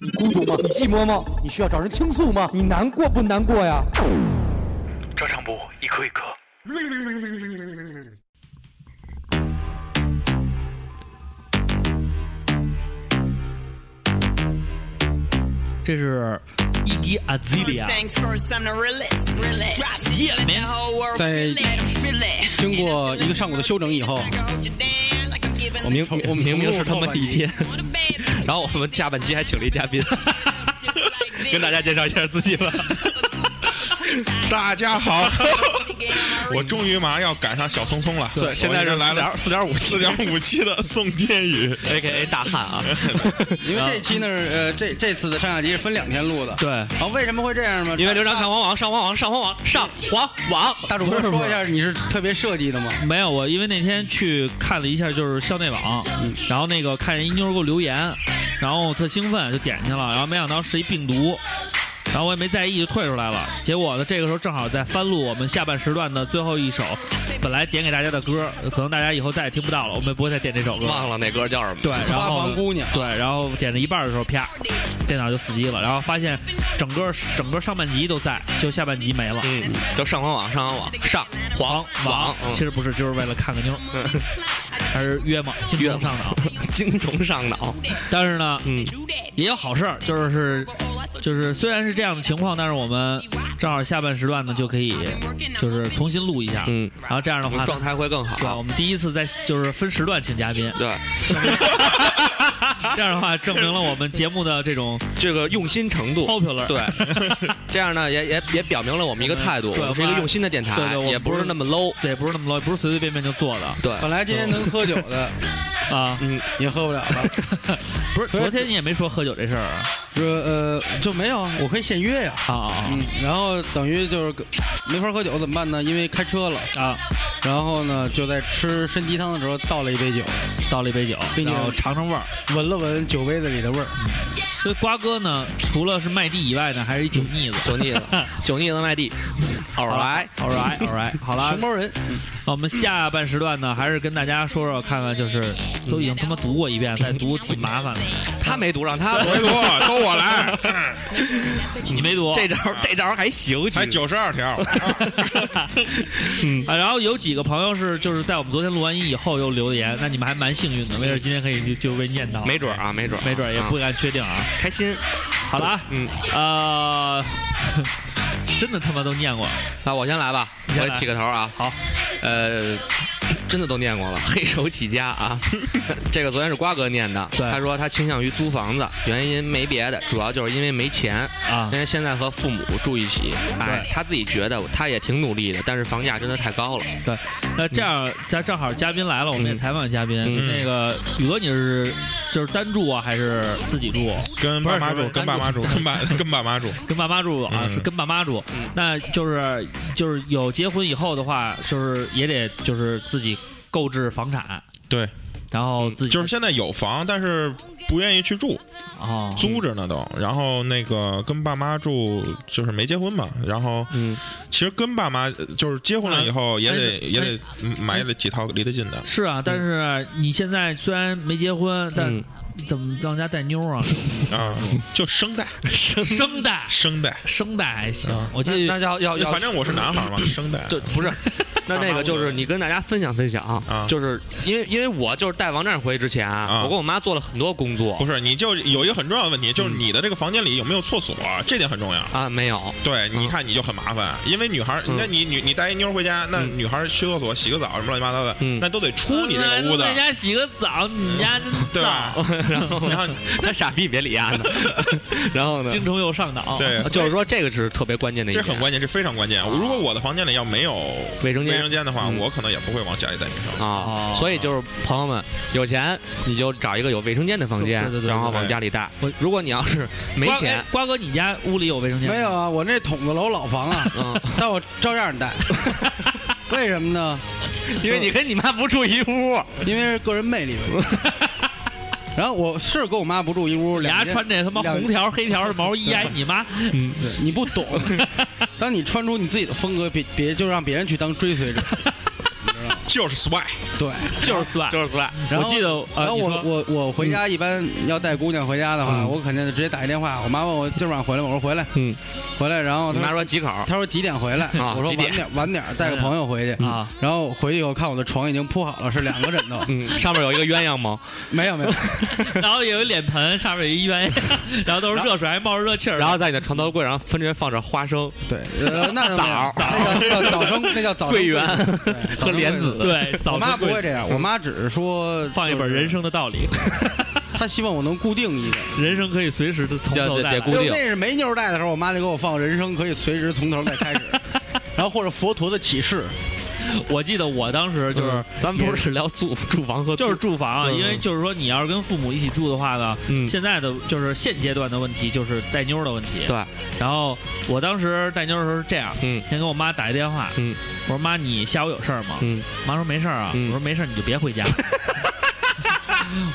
你孤独吗？你寂寞吗？你需要找人倾诉吗？你难过不难过呀？照常补，一颗一颗。这是 Iggy 啊 Azalea。在经过一个上午的休整以后，我名我明明是他妈一天，然后我们下半期还请了一嘉宾，跟大家介绍一下自己吧。大家好，我终于马上要赶上小聪聪了。 对现在是我已经来了4.4点五四点五期的宋天宇。 A K A 大汉 啊，因为这期呢，呃，这这次的上下集是分两天录的。对然后为什么会这样呢？因为刘璋看黄网，上黄网，上黄网，上黄网。大主播说一下，你是特别设计的吗？没有我，因为那天去看了一下，就是校内网，然后那个看人一妞给我留言，然后我特兴奋就点去了，然后没想到是一病毒，然后我也没在意就退出来了。结果呢，这个时候正好在翻录我们下半时段的最后一首，本来点给大家的歌，可能大家以后再也听不到了，我们也不会再点这首歌。忘了那歌叫什么？对，然花后房姑娘对，然后点到一半的时候，啪，电脑就死机了，然后发现整个整个上半集都在，就下半集没了。嗯，叫上黄网，上黄网，上黄嗯网网。其实不是，就是为了看个妞，还是约嘛，金月上脑。 精虫上脑。但是呢，嗯，也有好事儿，就是就是虽然是这样的情况，但是我们正好下半时段呢就可以就是重新录一下，嗯然后这样的话，状态会更对，好。我们第一次在就是分时段请嘉宾，对， 这样的话证明了我们节目的这种这个用心程度。 popular，对，这样呢也也也表明了我们一个态度，对我们是一个用心的电对台对我，们也不是那么 low。对，不是那么 low，不是随随便便就做的对，本来今天能喝酒 的嗯啊。 也喝不了了，不是，昨天你也没说喝酒这事儿啊说呃就没有，我可以现约呀。啊啊嗯，然后等于就是个没法喝酒怎么办呢？因为开车了，啊啊！嗯然后呢就在吃参鸡汤的时候倒了一杯酒，倒了一杯酒，并且然后尝尝味儿。闻了闻酒杯子里的味儿。所以瓜哥呢，除了是麦地以外呢，还是一酒腻子。酒腻子，酒腻子麦地，偶尔来。 好了，All right，All right，好了熊。猫人，那我们下半时段呢，还是跟大家说说看看，就是都已经他妈读过一遍，再读挺麻烦的。他没读，让他读回头都我来，你没读 这招这招还行，才九十二条。 嗯啊，然后有几个朋友是就是在我们昨天录完音以后又留的言，那你们还蛮幸运的，没准今天可以就就被念到，没准儿啊，没准儿，没准儿也不啊敢确定啊。开心。好了啊，嗯，呃， 真的他妈都念过，那我先来吧，你先我来起个头啊。好，呃，真的都念过了， 《黑手起家》啊， 这个昨天是瓜哥念的，对他说他倾向于租房子，原因没别的，主要就是因为没钱，啊因为现在和父母住一起，哎，他自己觉得他也挺努力的，但是房价真的太高了。对，那这样，咱正好嘉宾来了，我们也嗯采访嘉宾。嗯那个宇哥，你是就是单住啊，还是自己住？跟爸妈不是住，跟爸妈住，跟爸跟爸妈住。 跟爸妈住啊？嗯是跟爸妈住嗯？那就是就是有结婚以后的话，就是也得就是自己购置房产，对，然后自己就是现在有房，但是不愿意去住，哦，租着呢都。然后那个跟爸妈住，就是没结婚嘛。然后嗯，其实跟爸妈呃就是结婚了以后，啊也得也得嗯买了几套离得近 的。是啊，但是你现在虽然没结婚，但嗯怎么让人家带妞啊？啊，就声带，声带，声带。声带还行啊。我记那得要要要，反正我是男 孩嘛，声带。对， 不是，那那个就是你跟大家分享分享，啊就是因为因为我就是带王战回之前，啊我跟我妈做了很多工作不是，你就有一个很重要的问题，就是你的这个房间里有没有厕所，这点很重要。啊，没有， 对，你啊看你就很麻烦，因为女孩儿，嗯那你女你带一妞儿回家，那嗯女孩儿去厕所、洗个澡什么乱七八糟的嗯，那都得出你这个屋子在，家洗个澡，你家真对吧脏，？然后然后 他傻逼别理啊，然后呢，啊精虫又上脑。对，就是说这个是特别关键的一这点，啊很关键，这非常关键。如果我的房间里要没有卫生卫间生间的话，嗯我可能也不会往家里带女生。啊哦，所以就是朋友们有钱你就找一个有卫生间的房间对对对，对然后往家里带我。如果你要是没瓜钱哎，瓜哥，你家屋里有卫生间吗没有？啊，我那筒子楼老房啊，嗯，但我照 样带。为什么呢？因为你跟你妈不住一屋，因为是个人魅力吧。然后我是跟我妈不住一屋，你俩家人穿这他妈两嗯红条黑条的毛衣，哎，你 妈！你不 懂。当你穿出你自己的风格，别别就让别人去当追随者，你知道吗？就 是 swag，对，就是 swag，就是 swag。然后我记得呃然后你我说我我回家一般要带姑娘回家的话，我肯定就直接打一电话。我妈问我今晚回来吗？我说回来，嗯，回来。然后你她妈说说几口儿？她说几点回来？啊我说几晚点点晚点，带个朋友回去。嗯啊，然后回去以后看我的床已经铺好了，是两个枕头，嗯，上面有一个鸳鸯 吗？ 没有没有，然后有一脸盆，上面有一鸳鸯，然后都是热水，还冒着热气儿，然后在你的床头柜上分别放着花生、对，呃那倒没有枣那叫那叫早生，那叫早生桂圆对早和生莲贵子。 对，早我妈晨不跪会这样，我妈只是 说放一本《人，生的道理》，就是她希望我能固定一个。 哎人生可以随时的从对头对再对来。固定那是没妞儿带的时候，我妈就给我放《人生可以随时从头再开始》， 然后或者佛陀的启示，我记得我当时就是。嗯咱们不是聊住住房和就是住房啊，嗯因为就是说，你要是跟父母一起住的话呢，嗯现在的就是现阶段的问题就是带妞儿的问嗯题。对。然后我当时带妞儿的时候是这样，嗯先给我妈打一电话，嗯我说妈，你下午有事儿吗？嗯，妈说没事儿啊。嗯我说没事儿，你就别 回家。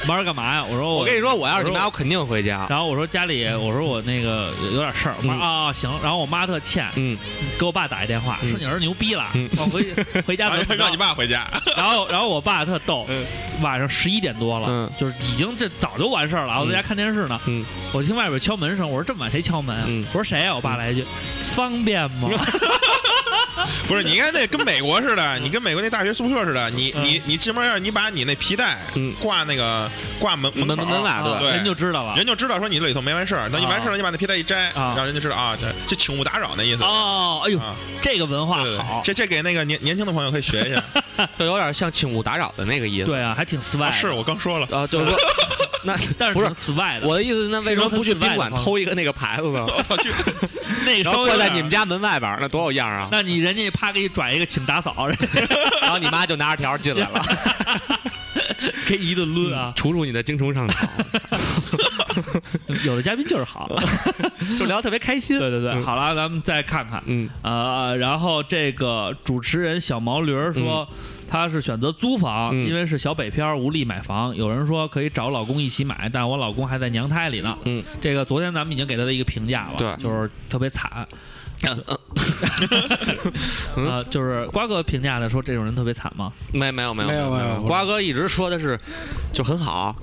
妈说干嘛呀？我说我跟你说，我要是你我妈，说我肯定回家。然后我说家里，我说我那个有有点事儿。我妈嗯啊啊行。然后我妈特欠，嗯，给我爸打一电话，嗯说你儿子牛逼了嗯，我回去回家 然怎么怎后么哎让着你。爸回家， 然后，然后我爸特逗嗯，晚上十一点多了嗯，就是已经这早就完事儿了。我在家看电视呢嗯，我听外边敲门声，我说这么晚谁敲门啊嗯？我说谁呀？我爸来一句，方便 吗？不是？你应该那跟美国似的，你跟美国那大学宿舍似的，你你你进门要是你把你那皮带嗯挂那个挂门门口门门外啊对人就知道了。人就知道说你这里头没完事儿，等你完事儿了，你把那皮带一摘，啊让人家知道啊，这这请勿打扰那意思。哦，哎呦，嗯啊，这个文化对对对好，，这这给那个年年轻的朋友可以学一下。就有点像请勿打扰的那个意思。对啊，还挺 swag，啊是我刚说了，啊，就是说，那但是不是挺 swag 的。我的意思，那为什么不去是一种很宾馆自外的方式偷一个那个牌子呢？我操，就那然个稍后微有挂在点你们，家门外边儿，那多有样啊！那你人家啪给你转一个，请打扫，然后你妈就拿着条儿进 来 了，给一顿抡啊。除除你的精虫上脑，嗯有的嘉宾就是好， 就聊得特别开心。对对对，嗯好了，咱们再看看。嗯，呃，然后这个主持人小毛驴儿说，他是选择租房，嗯因为是小北漂，无力买房。有人说可以找老公一起买，但我老公还在娘胎里呢。嗯，这个昨天咱们已经给他的一个评价了，对嗯就是特别 惨。 呃，就是瓜哥评价的说这种人特别惨吗？没没有没有没有没有不是瓜哥一直说的是就很好。啊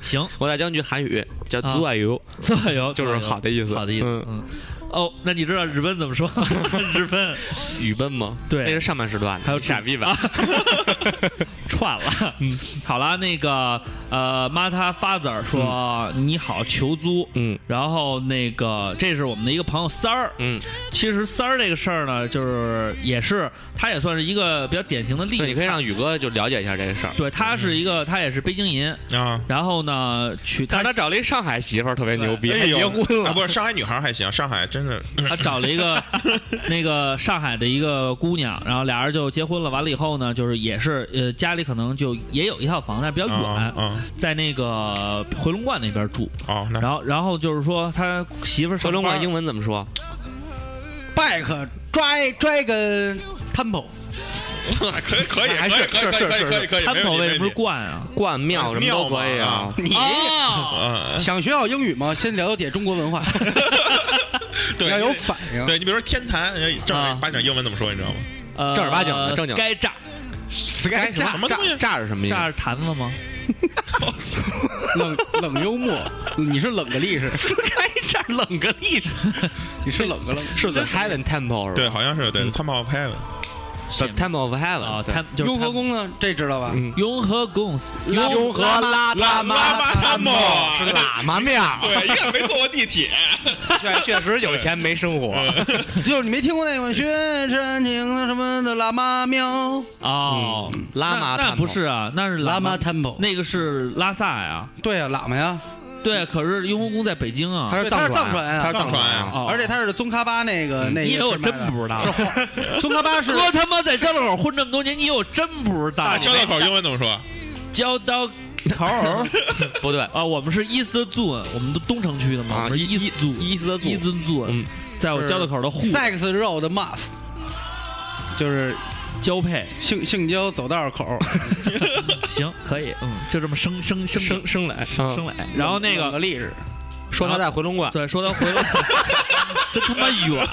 行，我在讲句韩语叫“啊足爱油这有”， 就是好的意思。好的意思。嗯嗯，哦，那你知道日本怎么说？ 日本语奔吗？对那是上半时段的。还有傻逼 吧？串了。嗯，好了，那个呃，妈他发子儿说、你好，求租。嗯然后那个，这是我们的一个朋友三儿。嗯，其实三儿这个事儿呢，就是也是他也算是一个比较典型的例那子。你可以让宇哥就了解一下这个事儿。对他是一个，他也是北京人。啊，然后呢，娶但他是他找了一上海媳妇儿，特别牛逼，哎还呦结婚啊了。不是上海女孩还行，上海真的他找了一 个那个上海的一个姑娘，然后俩人就结婚了。完了以后呢，就是也是呃家里可能就也有一套房，但比较远，啊啊在那个回龙观那边住。哦，那然后，然后就是说他媳妇儿回上龙观班英文怎么说？ Back Dry Dragon Temple， 可以可以还可是以可以可以可以可以可以，他没口问为什么题没问是题。冠啊？冠庙什么都可以啊庙嘛啊。你哦， 嗯，想学好英语吗？先了解中国文化， 对，要有因为反应。对你比如说天坛，人家正啊儿八经英文怎么说你知道吗？呃正儿八经的正经该炸，该什么东西炸炸是什么意思？炸是坛子吗？冷冷幽默，你是冷个历 史，该炸冷个屁！你是冷个冷。是 The Heaven Temple 是对，吧好像是对，参谋拍的。 ？The Temple of 啊， Heaven 嗯对。坛就是雍和坛宫呢？这知道吧？嗯雍和宫，雍和拉拉拉拉巴塔莫是喇嘛庙，对，一看没坐过地铁，确确实有钱没生活。就是你没听过那个学山情的什么的喇嘛庙，哦，嗯拉玛那那探不是啊，那是喇嘛嘛 temple。那个是拉萨呀。对啊，喇嘛呀，对，可是雍和宫在北京啊。他是对他是藏藏传啊他是藏藏传啊啊 哦而且它是宗喀巴那个那个。你以为我真不知道？ 是黄宗喀巴是哥他妈在交道口混这么多年，你以为我真不知道那？交道口英文怎么说？交道口儿不对，啊，我们是 East Zone，我们都东城区的嘛，啊我们是 East Zone。伊斯一族尊座，嗯在我交道口的户 Sex Road Mass，就是交配，性性交走道口。行，可以，嗯，就这么生生生生嗯生来，生来。然后那冷个，历史，说他在回龙观， 对，说他回来，真他妈远，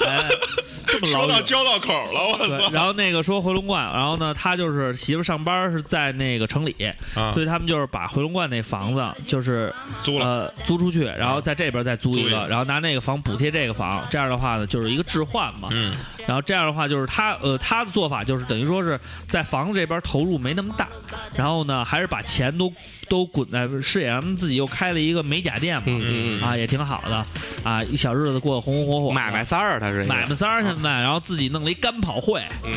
这么说老到远。交道口了，我对，操！然后那个说回龙观，然后呢，他就是媳妇上班是在那个城里，啊所以他们就是把回龙观那房子就是租了，呃租出去，然后在这边再租一租一个，个然后拿那个房补贴这个房，这样的话呢就是一个置换嘛。嗯，然后这样的话就是他呃他的做法就是等于说是在房子这边投入没那么大，然后呢还是把钱都都滚呃在视野，他们自己又开了一个美甲店嘛，嗯嗯啊也挺好的啊，一小日子过得红红火火嗯，的。买卖三儿他是一个买卖三儿现在，然后自己弄了一干跑会，嗯，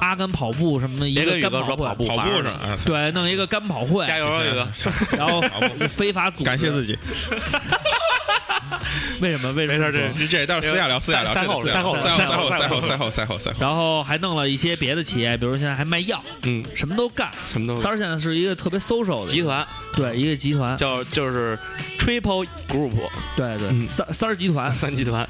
阿甘跑步什么的，一别个跟宇干哥说跑会，跑步跑反而步上啊，对，弄一个干跑会，加油啊宇 哥！然后跑步非法组织，感谢自己。为什么？为什么这么说？这这到时候私下聊，私下聊，赛后了赛后，赛后了赛后，赛后，赛后，赛后，赛后。然后还弄了一些别的企业，比如现在还卖药，嗯，什么都干。什么三都儿现在是一个特别 social 的集，团对，一个集团，叫就是 Triple Group 对对，嗯三三儿集团。三集团，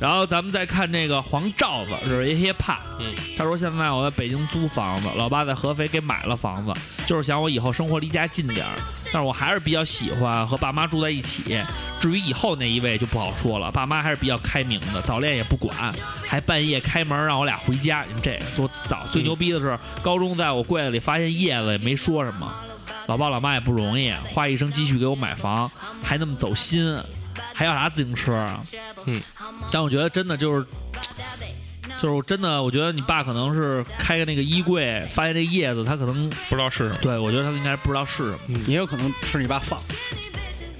然后咱们再看这个黄罩子，是一些怕，嗯，他说现在我在北京租房子，老爸在合肥给买了房子，就是想我以后生活离家近点儿，但是我还是比较喜欢和爸妈住在一起。至于以后那一位就不好说了，爸妈还是比较开明的，早恋也不管，还半夜开门让我俩回家，你们这多早！最牛逼的是，高中在我柜子里发现叶子，也没说什么。老爸老妈也不容易，花一生积蓄给我买房，还那么走心，还要啥自行车啊？嗯，但我觉得真的就是，就是我真的，我觉得你爸可能是开个那个衣柜，发现这叶子，他可能不知道是什么，对我觉得他应该是不知道是什么。也有可能是你爸放，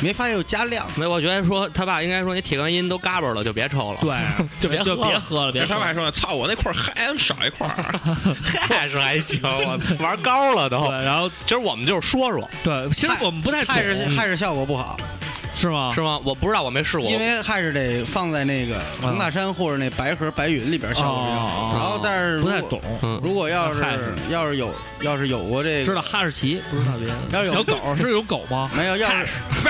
没发现有加量。没有，我觉得说他爸应该说你铁观音都嘎巴了，就别抽了。 对，就别哎就喝了别喝了，别但是喝他们还了。说呢，操我那块儿还少一块儿，啊 还是还 行，我玩高了都。对，然后今儿我们就是说说，对，其实我们不太懂，害是害是效果不好，是吗？是吗？我不知道，我没试过。因为害是得放在那个蒙大山或者那白河白云里边效果比较哦好。然后但是如不太果懂，嗯，如果要是害是要是有要是有过这知个道哈士奇不知道别要是的。有小狗是有狗吗？ 没有，要是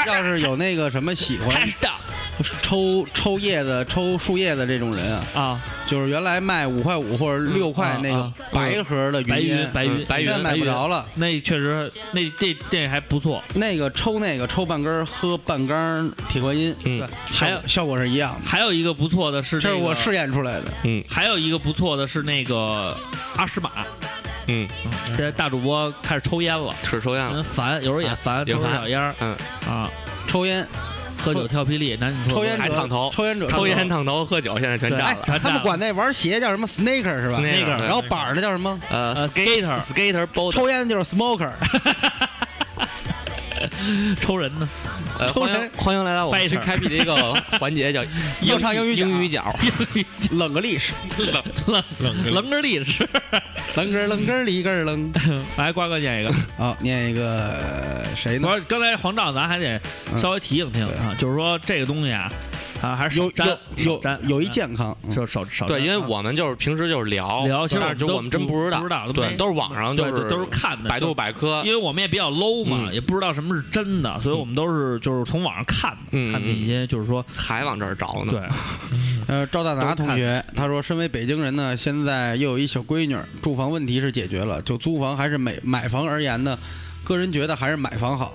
要是有那个什么喜 哈欢士的抽抽叶子、抽树叶子这种人啊，啊，就是原来卖五块五或者六块嗯那个啊白盒的白烟云，白云嗯白云现在买白不云，着了。那确实，那这这还不错。那个抽那个抽半根儿，喝半缸铁观音，嗯对，还有效效果是一样的。还有一个不错的是这那是我个试验出来的，还有一个不错的是那个阿诗玛，嗯，现在大主播开始抽烟了，吃抽烟了。人烦，有时候也烦，也抽根嗯烦小烟儿嗯，啊，抽烟喝酒跳霹雳，男女抽烟还者烫头抽烟者抽烟、烫头、喝酒，现在全对占哎了。，全他占们了管那玩鞋叫什么 sneaker 是吧？那个， Snaker，然后板儿的叫什么？呃呃 skater skater b o 抽烟的就是 smoker， 抽人呢，呃，抽欢烟迎欢迎来到我们 Fighter 新开辟的一个环节， 叫要唱英语角英语角。冷个历史，冷冷个冷根力是。 冷根儿冷根儿里根儿冷。来，瓜哥念一个，好，念一个呃谁呢我？说刚才黄照咱还得稍微提醒提醒啊，就是说这个东西啊，啊还是有少沾有少沾有有一健康，嗯少少少对，沾因为啊我们就是平时就是聊，聊，其实但是就都我们真不知道，不知道，对，没都是网上就对对都是看的，百就度百科因，为我们也比较 low 嘛，嗯也不知道什么是真的，所以我们都是就是从网上看的，嗯看的一些就是说还往这儿找呢。对，呃，赵大拿同学他说，身为北京人呢，现在又有一小闺女，住房问题是解决了，就租房还是买买房而言呢，个人觉得还是买房好，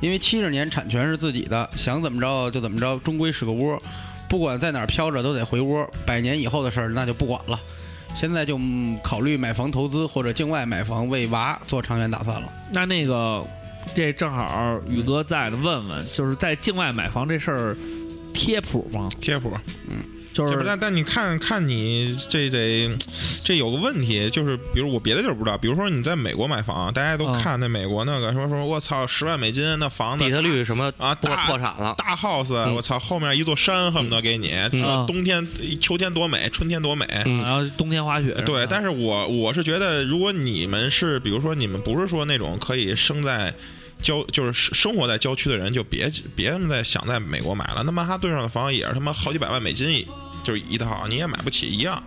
因为七十年产权是自己的，想怎么着就怎么着，终归是个窝，不管在哪儿飘着都得回窝，百年以后的事儿那就不管了。现在就嗯考虑买房投资或者境外买房为娃做长远打算了。那那个这正好宇哥在呢，问嗯问就是在境外买房这事儿贴谱吗？贴谱。就这是不但但你看看你这得，这有个问题，就是比如我别的就是不知道，比如说你在美国买房，大家都嗯看那美国那个说说，我操，十万美金那房子底特律什么啊破大破产了，大 house，、嗯我操，后面一座山恨不得给你，嗯这冬天、秋天多美，春天多美。嗯然后冬天滑雪，嗯对，但是是我我是觉得，如果你们是，比如说你们不是说那种可以生在郊，就是生活在郊区的人，就别别他妈再想在美国买了。那曼哈顿上的房也是他妈好几百万美金一，就是一套，你也买不起一样。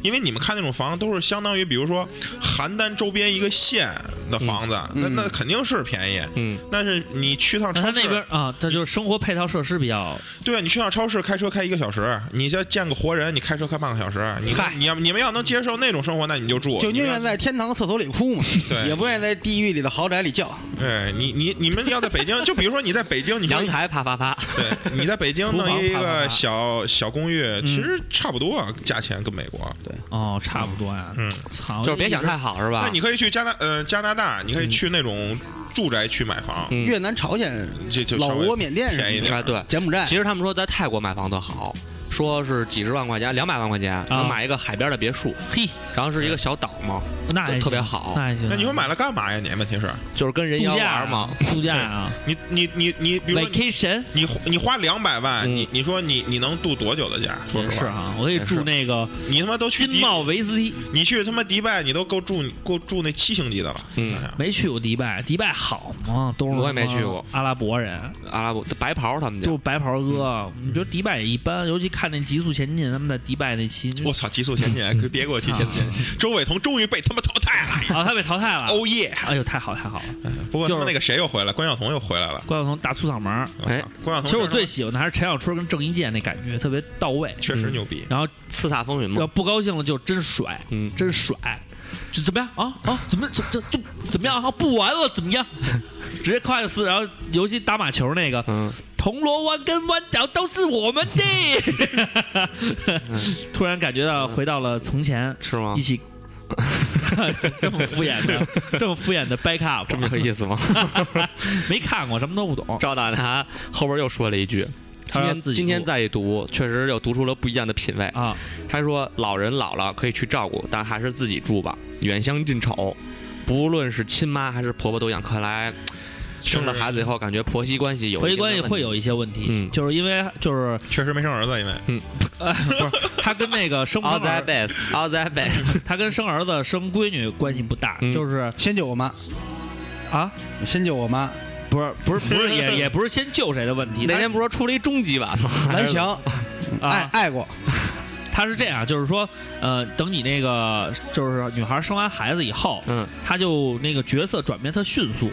因为你们看那种房都是相当于，比如说邯郸周边一个县的房子，嗯那那肯定是便宜。嗯，但是你去趟那超他市，那边啊，他就是生活配套设施比较对啊，你去趟超市开车开一个小时，你再见个活人，你开车开半个小时。你嗨你要你们要能接受那种生活，那你就住。就你宁们要愿在天堂的厕所里哭嘛，对也不愿意在地狱里的豪宅里叫。 对你你你们要在北京，就比如说你在北京，你阳说台啪啪啪，对，你在北京厨房弄一啪啪啪嗯个小小公寓，其实差不多价钱跟美国。对，哦，差不多呀。嗯，操，就是别想太好是吧那？你可以去加拿呃加拿大，你可嗯以去那种住宅区买房，嗯越南、朝鲜、这就老稍微挝、缅甸什便宜么点的，啊，对。柬埔寨其实他们说在泰国买房特好，说是几十万块钱，两百万块啊钱能买一个海边的别墅，嘿，然后是一个小岛嘛，那还行特别好那还行。那你说买了干嘛呀？你问题是，就是跟人度妖假玩嘛啊。？度假 啊你你你你，比如说你，vacation 你花你花两百万，嗯你你说你你能度多久的假？说也实是话，啊，我可以也是住那个你他妈都去金迪，茂维斯基，你去他妈迪拜，你都够住够住那七星级的了。嗯哎呀没去过迪拜，迪拜好吗？都是我也没什么去过阿拉伯人，阿拉伯白袍他们都家是白袍哥。啊嗯你觉得迪拜也一般，尤其看那《极速前进》，他们在迪拜那期，我操，极速前进，可别给我提前进。周伟彤终于被他妈淘汰了，啊，他被淘汰了。哦耶！哎呦，太好太好了！不过就他是妈那个谁又回来，关晓彤又回来了。关晓彤大粗嗓门儿，我操哎，关晓彤其实我这最喜欢的还是陈小春跟郑伊健那感觉特别到位。确实牛逼。然后叱咤风云嘛。要不高兴了就真甩，嗯真甩，就怎么样啊啊？怎么怎怎就怎么样啊？不玩了怎么样？ 直接快死！然后尤其打马球那个，嗯，铜锣湾跟湾角都是我们 的。 突然感觉到回到了从前，是吗一？起 这么敷衍的，这么敷衍的 back up，这么有意思吗？ 没看过，什么都不懂。赵大拿后边又说了一句：“他今让天自己今天录再一读，确实又读出了不一样的品味。啊，他说：“老人老了可以去照顾，但还是自己住吧，远香近丑。不论是亲妈还是婆婆都养。看来嗯生了孩子以后，感觉婆媳关系有嗯婆一媳定的关系问会题有一些问题，嗯就是因为就是确实没生儿子，因为呃，不是他跟那个生 all 儿 that 子， best all that best 他跟生儿子生闺女关系不大，嗯就是先救我妈，啊，先救我妈，不是不是不 是也也不是先救谁的问题，那他天不是哎说出了一终极版吗？蓝翔爱啊，爱过，他是这样，就是说呃，等你那个就是女孩生完孩子以后，嗯，她就那个角色转变特迅速，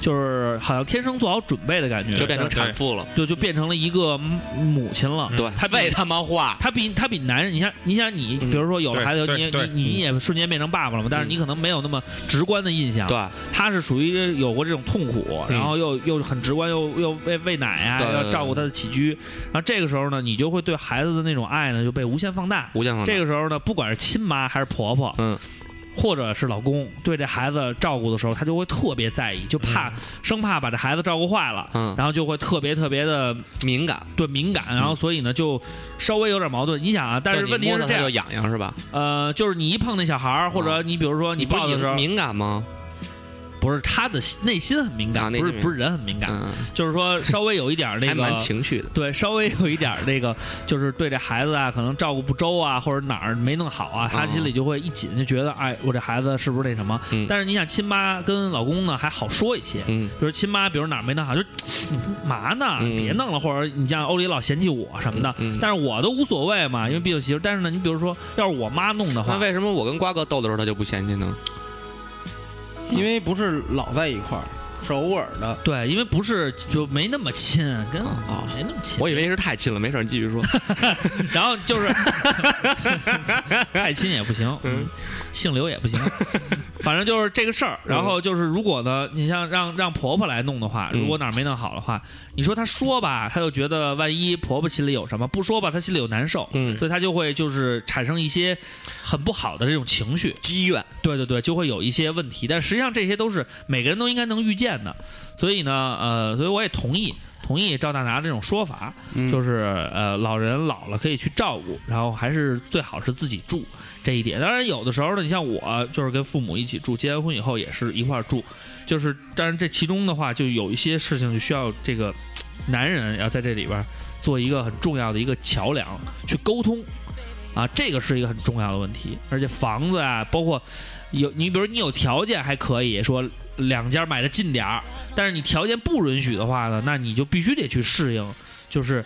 就是好像天生做好准备的感觉， 就变成产妇了。就就变成了一个母亲了，对，她废被他妈话。他比他比男人，你像你想你，嗯比如说有了对孩子，对你也对你你也瞬间变成爸爸了嘛，但是嗯你可能没有那么直观的印象。对，他是属于有过这种痛苦，嗯然后又又很直观，又又喂喂奶啊，对对对要照顾他的起居，然后这个时候呢，你就会对孩子的那种爱呢就被无限放大。吴建峰这个时候呢，不管是亲妈还是婆婆，嗯，或者是老公，对这孩子照顾的时候，他就会特别在意，就怕生怕把这孩子照顾坏了，嗯然后就会特别特别的敏感，对敏感，然后所以呢就稍微有点矛盾。你想啊，但是就问你题摸是着这它就啊样，痒痒是吧？呃，就是你一碰那小孩儿，或者你比如说你不抱是的时候，敏感吗？不是他的心内心很敏啊感，内不是心敏不是人很敏感， 嗯，就是说稍微有一点儿那还蛮个。情绪的。对，稍微有一点儿那个，就是对这孩子啊，可能照顾不周啊，或者哪儿没弄好啊，他嗯心里就会一紧，就觉得，哎，我这孩子是不是那什么？嗯但是你想，亲妈跟老公呢还好说一些，嗯，比如亲妈，比如哪儿没弄好，就你嘛呢？嗯别弄了，或者你像欧里老嫌弃我什么的，嗯嗯嗯但是我都无所谓嘛，因为毕竟媳妇儿。但是呢，你比如说，要是我妈弄的那话，为什么我跟瓜哥斗的时候他就不嫌弃 呢？因为不是老在一块儿，是偶尔的。对，因为不是就没那么亲，跟啊没那么亲。我以为是太亲了，没事，你继续 说。然后 就是太亲也不行，嗯，姓刘也 不行，反正就是这个事儿。然后就是，如果呢，你像让让婆婆来弄的话，嗯如果哪儿没弄好的话，你说她说吧，她又觉得万一婆婆心里有什么；不说吧，她心里有难受，嗯所以她就会就是产生一些很不好的这种情绪。积怨，对对对，就会有一些问题，但实际上这些都是每个人都应该能预见的。所以呢，呃，所以我也同意同意赵大拿这种说法，嗯就是呃，老人老了可以去照顾，然后还是最好是自己住这一点。当然，有的时候呢，你像我就是跟父母一起住，结完婚以后也是一块儿住，就是当然这其中的话，就有一些事情就需要这个男人要在这里边儿做一个很重要的一个桥梁去沟通。啊，这个是一个很重要的问题，而且房子啊，包括有你，比如你有条件还可以说两家买的近点儿，但是你条件不允许的话呢，那你就必须得去适应，就是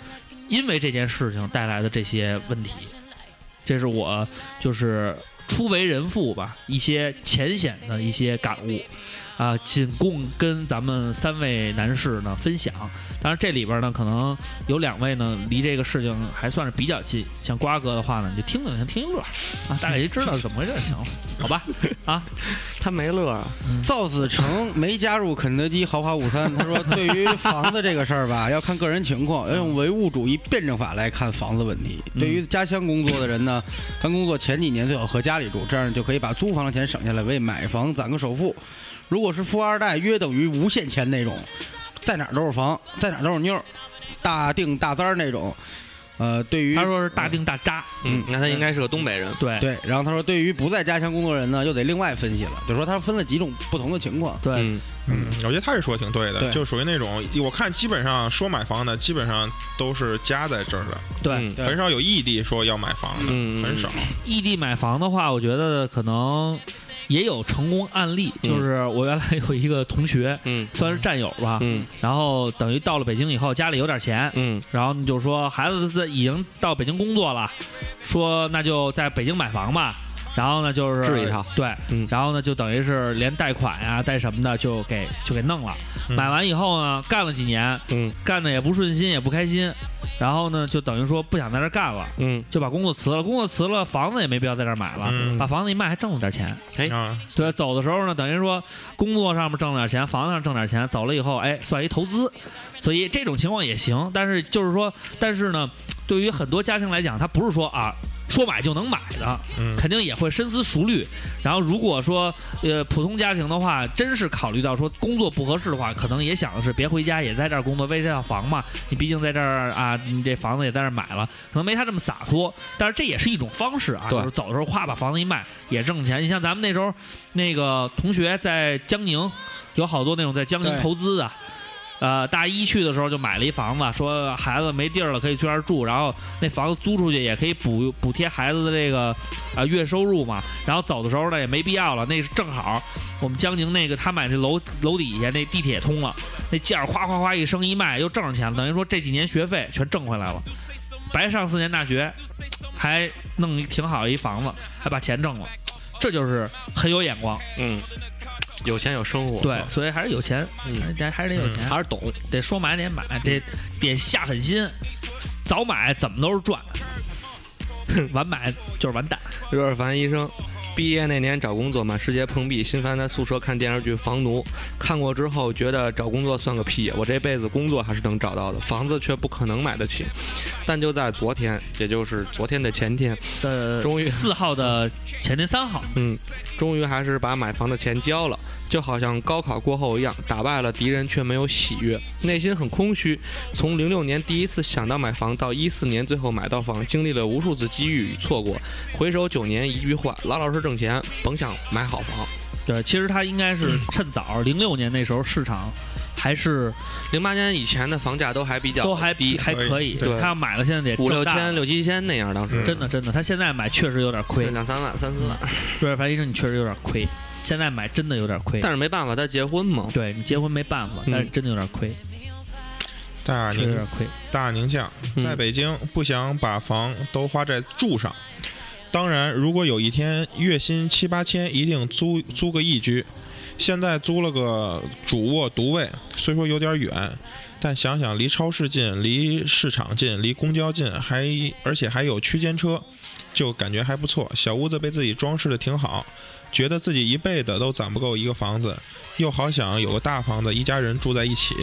因为这件事情带来的这些问题。这是我就是初为人父吧一些浅显的一些感悟。啊、仅供跟咱们三位男士呢分享。当然这里边呢，可能有两位呢离这个事情还算是比较近，像瓜哥的话呢，你就听听，先听一乐啊，大概就知道是怎么回事就行了，好吧？啊，他没乐啊，赵子成没加入肯德基豪华午餐，他说：“对于房子这个事儿吧，要看个人情况，要用唯物主义辩证法来看房子问题。对于家乡工作的人呢，刚工作前几年最好和家里住，这样就可以把租房的钱省下来，为买房攒个首付。如果是富二代，约等于无限钱那种，在哪儿都是房，在哪儿都是妞儿，大定大三儿那种。呃，对于他说是大定大扎，嗯，那他应该是个东北人，对对，然后他说，对于不在家乡工作的人呢，又得另外分析了，就说他分了几种不同的情况。对嗯，嗯，我觉得他是说的挺对的，对就属于那种我看基本上说买房的，基本上都是家在这儿的，对，嗯对很少有异地说要买房的，嗯嗯很少。异地买房的话，我觉得可能也有成功案例，嗯就是我原来有一个同学， 嗯算是战友吧，嗯然后等于到了北京以后，家里有点钱，嗯然后你就说孩子在已经到北京工作了，说那就在北京买房吧。然后呢，就是置一套对，嗯然后呢，就等于是连贷款呀、贷什么的，就给就给弄了。嗯买完以后呢，干了几年，嗯干的也不顺心，也不开心，然后呢，就等于说不想在这儿干了，嗯，就把工作辞了。工作辞了，房子也没必要在这儿买了，嗯把房子一卖还挣了点钱。哎啊，对，走的时候呢，等于说工作上面挣点钱，房子上挣点钱，走了以后，哎，算一投资，所以这种情况也行。但是就是说，但是呢，对于很多家庭来讲，他不是说啊。说买就能买的，嗯肯定也会深思熟虑。然后，如果说呃普通家庭的话，真是考虑到说工作不合适的话，可能也想的是别回家，也在这儿工作，为这套房嘛。你毕竟在这儿啊，你这房子也在这儿买了，可能没他这么洒脱。但是这也是一种方式啊，对就是走的时候哗把房子一卖也挣钱。你像咱们那时候那个同学在江宁，有好多那种在江宁对投资的。呃，大一去的时候就买了一房子，说孩子没地儿了可以去那儿住，然后那房子租出去也可以补补贴孩子的这个啊、呃月收入嘛。然后走的时候呢也没必要了，那是正好我们江宁那个他买那楼楼底下那地铁通了，那价儿哗哗哗一升一卖又挣上钱了，等于说这几年学费全挣回来了，白上四年大学，还弄一挺好一房子，还把钱挣了，这就是很有眼光。嗯，有钱有生活，对，所以还是有钱，嗯，咱还是得有钱，还是懂，得说买得买，得得下狠心，早买怎么都是 赚，晚买就是完蛋。热尔凡医生。毕业那年找工作满世界碰壁，心烦在宿舍看电视剧《房奴》，看过之后觉得找工作算个屁，我这辈子工作还是能找到的，房子却不可能买得起。但就在昨天，也就是昨天的前天，的终于四号的前天三号，嗯，终于还是把买房的钱交了，就好像高考过后一样，打败了敌人却没有喜悦，内心很空虚。从零六年第一次想到买房，到一四年最后买到房，经历了无数次机遇与错过。回首九年，一句话：老老实挣钱，甭想买好房。对，其实他应该嗯是趁早，零六年那时候市场还是零八年以前的房价都还比较都还低，还可以，对他要买了现在得五六挣大千、六七千那样，当时嗯真的真的，他现在买确实有点亏。两三万、三四万。瑞尔凡医生，你确实有点亏，现在买真的有点亏。但是没办法，他结婚嘛，对你结婚没办法，嗯但是真的有点亏，大确实有点宁亏。大宁酱嗯在北京不想把房都花在住上，当然如果有一天月薪七八千，一定租租个一居。现在租了个主卧独卫，虽说有点远，但想想离超市近，离市场近，离公交近，还而且还有区间车，就感觉还不错。小屋子被自己装饰的挺好，觉得自己一辈子都攒不够一个房子，又好想有个大房子，一家人住在一起。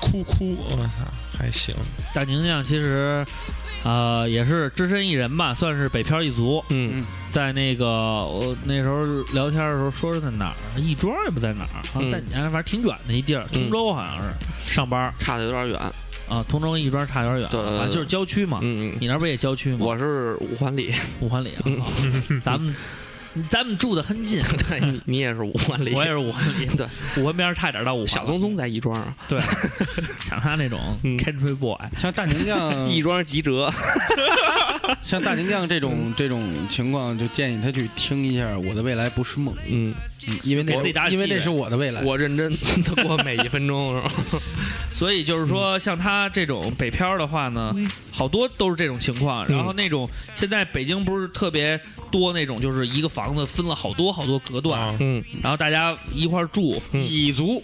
哭哭，我操，还行。大宁酱其实，呃，也是只身一人吧，算是北漂一族。嗯，在那个我那时候聊天的时候，说是在哪儿，义庄也不在哪儿，好像嗯在你家哎反正挺远的一地儿，通州好像是上班差的有点远。啊，通州跟亦庄差有点远，对对对反正就是郊区嘛。嗯嗯，你那不是也郊区吗？我是五环里，五环里啊嗯，咱们咱们住的很近， 对，你你也是五环里，我也是五环里，对，五环边儿差点到五环。小聪聪，在亦庄啊， 像他那种嗯 country boy， 像大宁酱，亦庄吉喆，像大金匠这种这种情况，就建议他去听一下《我的未来不是梦》，嗯，嗯因为给自己打那气因为那是我的未来。我认真的过每一分钟，是吧？所以就是说，像他这种北漂的话呢，好多都是这种情况。然后那种现在北京不是特别多那种，就是一个房子分了好多好多隔断，啊，嗯，然后大家一块儿住。蚁族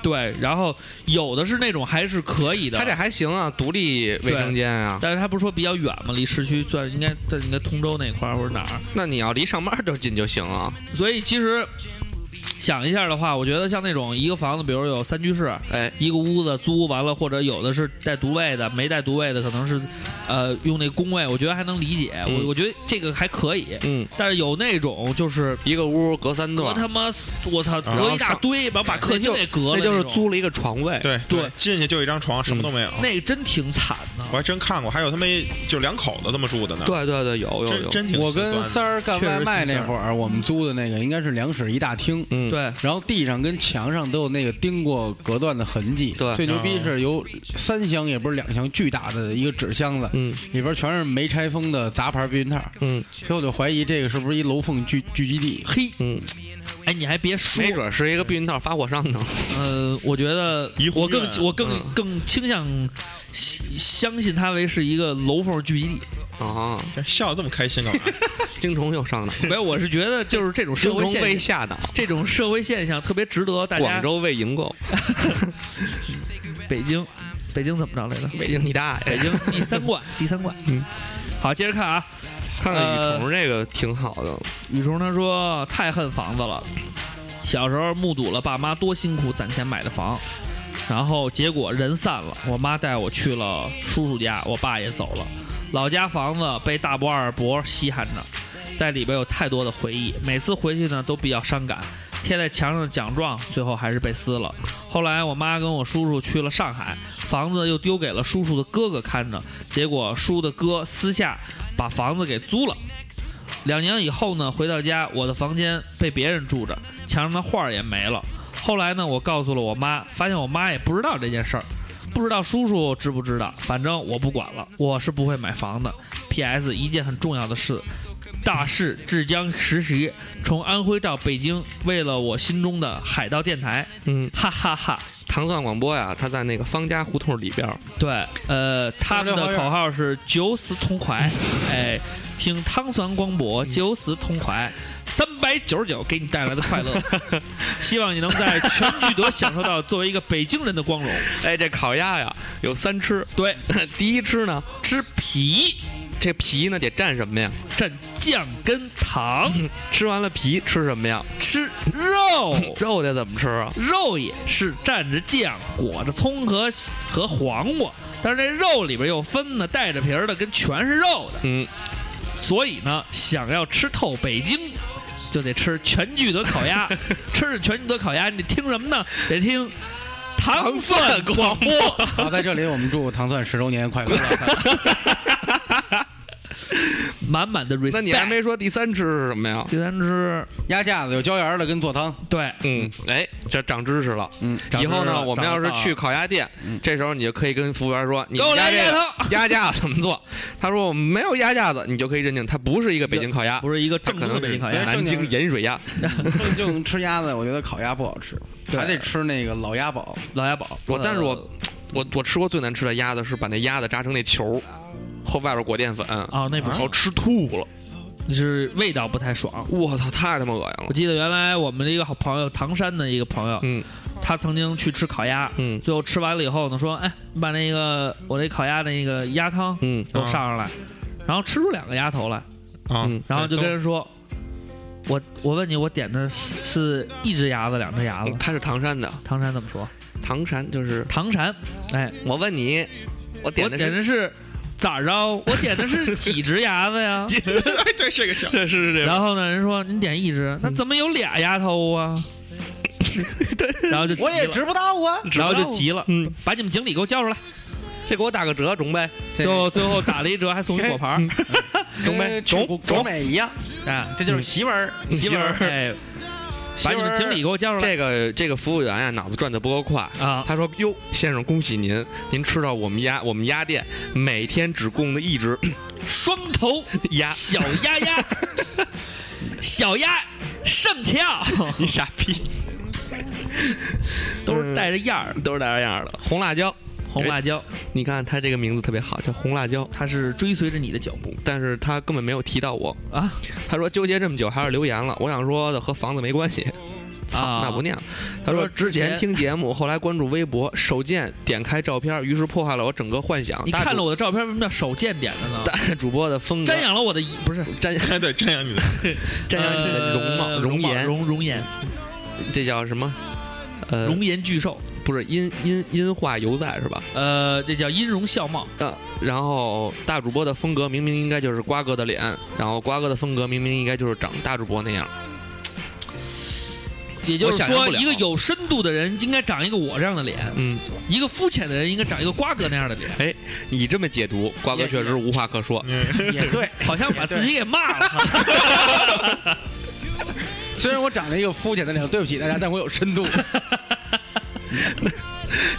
对，然后有的是那种还是可以的他，这还行啊，独立卫生间啊。但是他不是说比较远吗？离市区算应该在应该通州那块儿或者哪儿。那你要离上班就近就行啊。所以其实想一下的话，我觉得像那种一个房子，比如有三居室，哎，一个屋子租完了，或者有的是带独卫的，没带独卫的可能是，呃，用那公卫，我觉得还能理解，嗯我我觉得这个还可以。嗯，但是有那种就是一个屋隔三隔段，他妈四，我操，然啊后隔一大堆，然后把客厅就给隔了，那就是种，租了一个床位。哎对对，进去就一张床，什么都没有。那个真挺惨的。我还真看过，还有他们一就两口子这么住的呢。对对对，有有真有。真挺我心酸跟的三儿干确实外卖心那酸会儿，我们租的那个应该是两室一大厅，嗯，对，然后地上跟墙上都有那个钉过隔断的痕迹。对最牛逼是有三箱也不是两箱，巨大的一个纸箱子，嗯里边全是没拆封的杂牌避孕套，嗯所以我就怀疑这个是不是一楼缝聚聚集地。嘿，嗯，哎，你还别说没，准是一个避孕套发货商呢。呃，我觉得怡红我更院我更嗯更倾向相相信它为是一个楼缝聚集地。啊，这笑得这么开心干嘛？精虫又 上脑，没有，我是觉得就是这种精社会虫现被象，吓到。这种社会现象特别值得大家广。州未营购，北京，北京怎么着来着？北京你大北爷！京第三冠，第三冠。嗯，好，接着看啊。看看雨虫这个挺好的，雨虫他说太恨房子了，小时候目睹了爸妈多辛苦攒钱买的房，然后结果人散了，我妈带我去了叔叔家，我爸也走了，老家房子被大伯二伯稀罕着，在里边有太多的回忆，每次回去呢都比较伤感。贴在墙上的奖状最后还是被撕了。后来我妈跟我叔叔去了上海，房子又丢给了叔叔的哥哥看着，结果叔的哥私下把房子给租了。两年以后呢，回到家，我的房间被别人住着，墙上的画儿也没了。后来呢，我告诉了我妈，发现我妈也不知道这件事儿，不知道叔叔知不知道，反正我不管了，我是不会买房的。P.S. 一件很重要的事，大事即将实习，从安徽到北京，为了我心中的海盗电台，嗯，哈哈哈糖蒜广播呀，它在那个方家胡同里边儿，对，呃，他们的口号是“九死同快”，哎，听汤酸光博“九死同快”，三百九十九给你带来的快乐，希望你能在全聚德享受到作为一个北京人的光荣。哎，这烤鸭呀有三吃， 对，第一吃呢，吃皮这皮呢得蘸什么呀？蘸酱跟糖，吃完了皮吃什么呀？嗯吃肉，肉得怎么吃啊？肉也是蘸着酱，裹着葱和和黄瓜，但是这肉里边又分呢，带着皮儿的跟全是肉的。嗯，所以呢，想要吃透北京，就得吃全聚德烤 鸭。吃着全聚德烤鸭，你听什么呢？得听糖蒜广播。好，在这里我们祝糖蒜十周年快乐。 满满的 respect。那你还没说第三吃是什么呀？第三只，鸭架子有椒盐的跟做汤，对，嗯，哎，这长知识了。嗯，长以知识后呢，了嗯我们要是去，烤鸭店，这时候你就可以跟服务员说：“你给我们家来这鸭个汤，鸭架子怎么做？”他说：“我们没有鸭架子。”你就可以认定它不是一个北京烤鸭，不是一个它正可宗的能北是哎京烤鸭。南京盐水鸭。正经吃鸭子，我觉得烤鸭不好吃，对还得吃那个老鸭煲。老鸭煲，我但是我呃我我吃过最难吃的鸭子是把那鸭子炸成那球儿，后外边裹淀粉，啊，那不然后好吃，吃吐了。是味道不太爽。我操，太他妈恶心呃我了。记得原来我们的一个好朋友，唐山的一个朋友，嗯他曾经去吃烤鸭，嗯最后吃完了以后呢，说：“哎，你把那个我那烤鸭的那个鸭汤嗯，给我上上来。然后吃出两个鸭头来，啊嗯，然后就这跟都人说：“我我问你，我点的是是一只鸭子，两只鸭子他是唐山的，？”唐山怎么说？唐山就是唐山，哎，我问你，我我点的点是的是咋着？我点的是几只鸭子呀？哎， 对，这个笑， 这 是这然后呢，人说你点一只，那怎么有俩鸭头啊？然后就急了不到啊。然后就急了，嗯，把你们经理给我叫出来。这给我打个折，中呗。最后最后打了一折，还送一果盘儿。呃跟去中国中美一样，哎，这就是媳妇儿。嗯媳妇儿，哎，把你们经理给我叫出来这个这个服务员啊，脑子转得不够快。啊！他说：“哟，先生，恭喜您，您吃到我们鸭我们鸭店每天只供的一只 双头鸭，小鸭鸭，小鸭上 翘，你傻逼，都是带着样儿。都是那样的。红辣椒，红辣椒，你看它这个名字特别好，叫红辣椒，它是追随着你的脚步但是他根本没有提到我。啊！他说纠结这么久还是留言了。我想说的和房子没关系。”啊操，那不念了。他说说之前之前听节目，后来关注微博，手贱点开照片，于是破坏了我整个幻想。你大看主了我的照片，为什么叫手贱点的呢？大主播的风格，瞻仰了我的一不是瞻仰对，瞻仰你的 瞻仰你的容貌、呃容貌颜，容容颜这叫什么？呃，容颜巨兽，不是音音音画犹在是吧？呃，这叫音容笑貌。呃，然后大主播的风格明明应该就是瓜哥的脸，然后瓜哥的风格明明应该就是长大主播那样。也就我是想象说，不了一个有深度的人应该长一个我这样的脸，嗯，一个肤浅的人应该长一个瓜哥那样的 脸。你这么解读，瓜哥也确实无话可说。也 对，好像把自己给骂了 哈。虽然我长了一个肤浅的脸，对不起大家，但我有深度。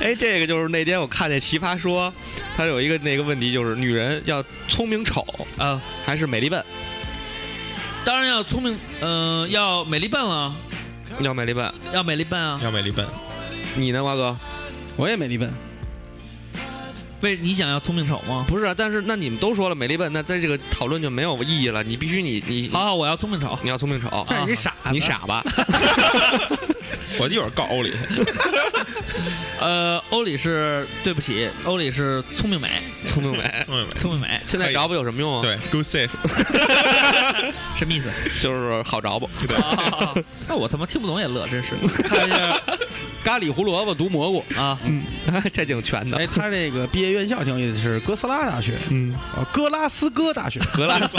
哎，这个就是那天我看那《奇葩说》，他有一个那个问题，就是女人要聪明丑啊，还是美丽笨？当然要聪明，嗯、要美丽笨了，要美丽笨，要美丽笨啊。要美丽笨，你呢，瓜哥？我也没你笨，为你想要聪明丑吗？不是啊，但是那你们都说了美丽笨，那在这个讨论就没有意义了。你必须你你好，好，我要聪明丑。你要聪明丑，但是你傻啊你傻吧？我一会儿告欧里去。呃，欧里是对不起，欧里是聪明美，聪明美，聪明没？聪明美 现在找不有什么用啊？对，Go safe，什么意思？ 就是好 找不。对，啊那我他妈听不懂也乐， 真是。看一下咖喱胡萝卜毒蘑菇。啊， 这挺全的。哎，他这个毕业院校挺有意思，是哥斯拉大学，嗯，啊，哥拉斯哥大学，格拉 斯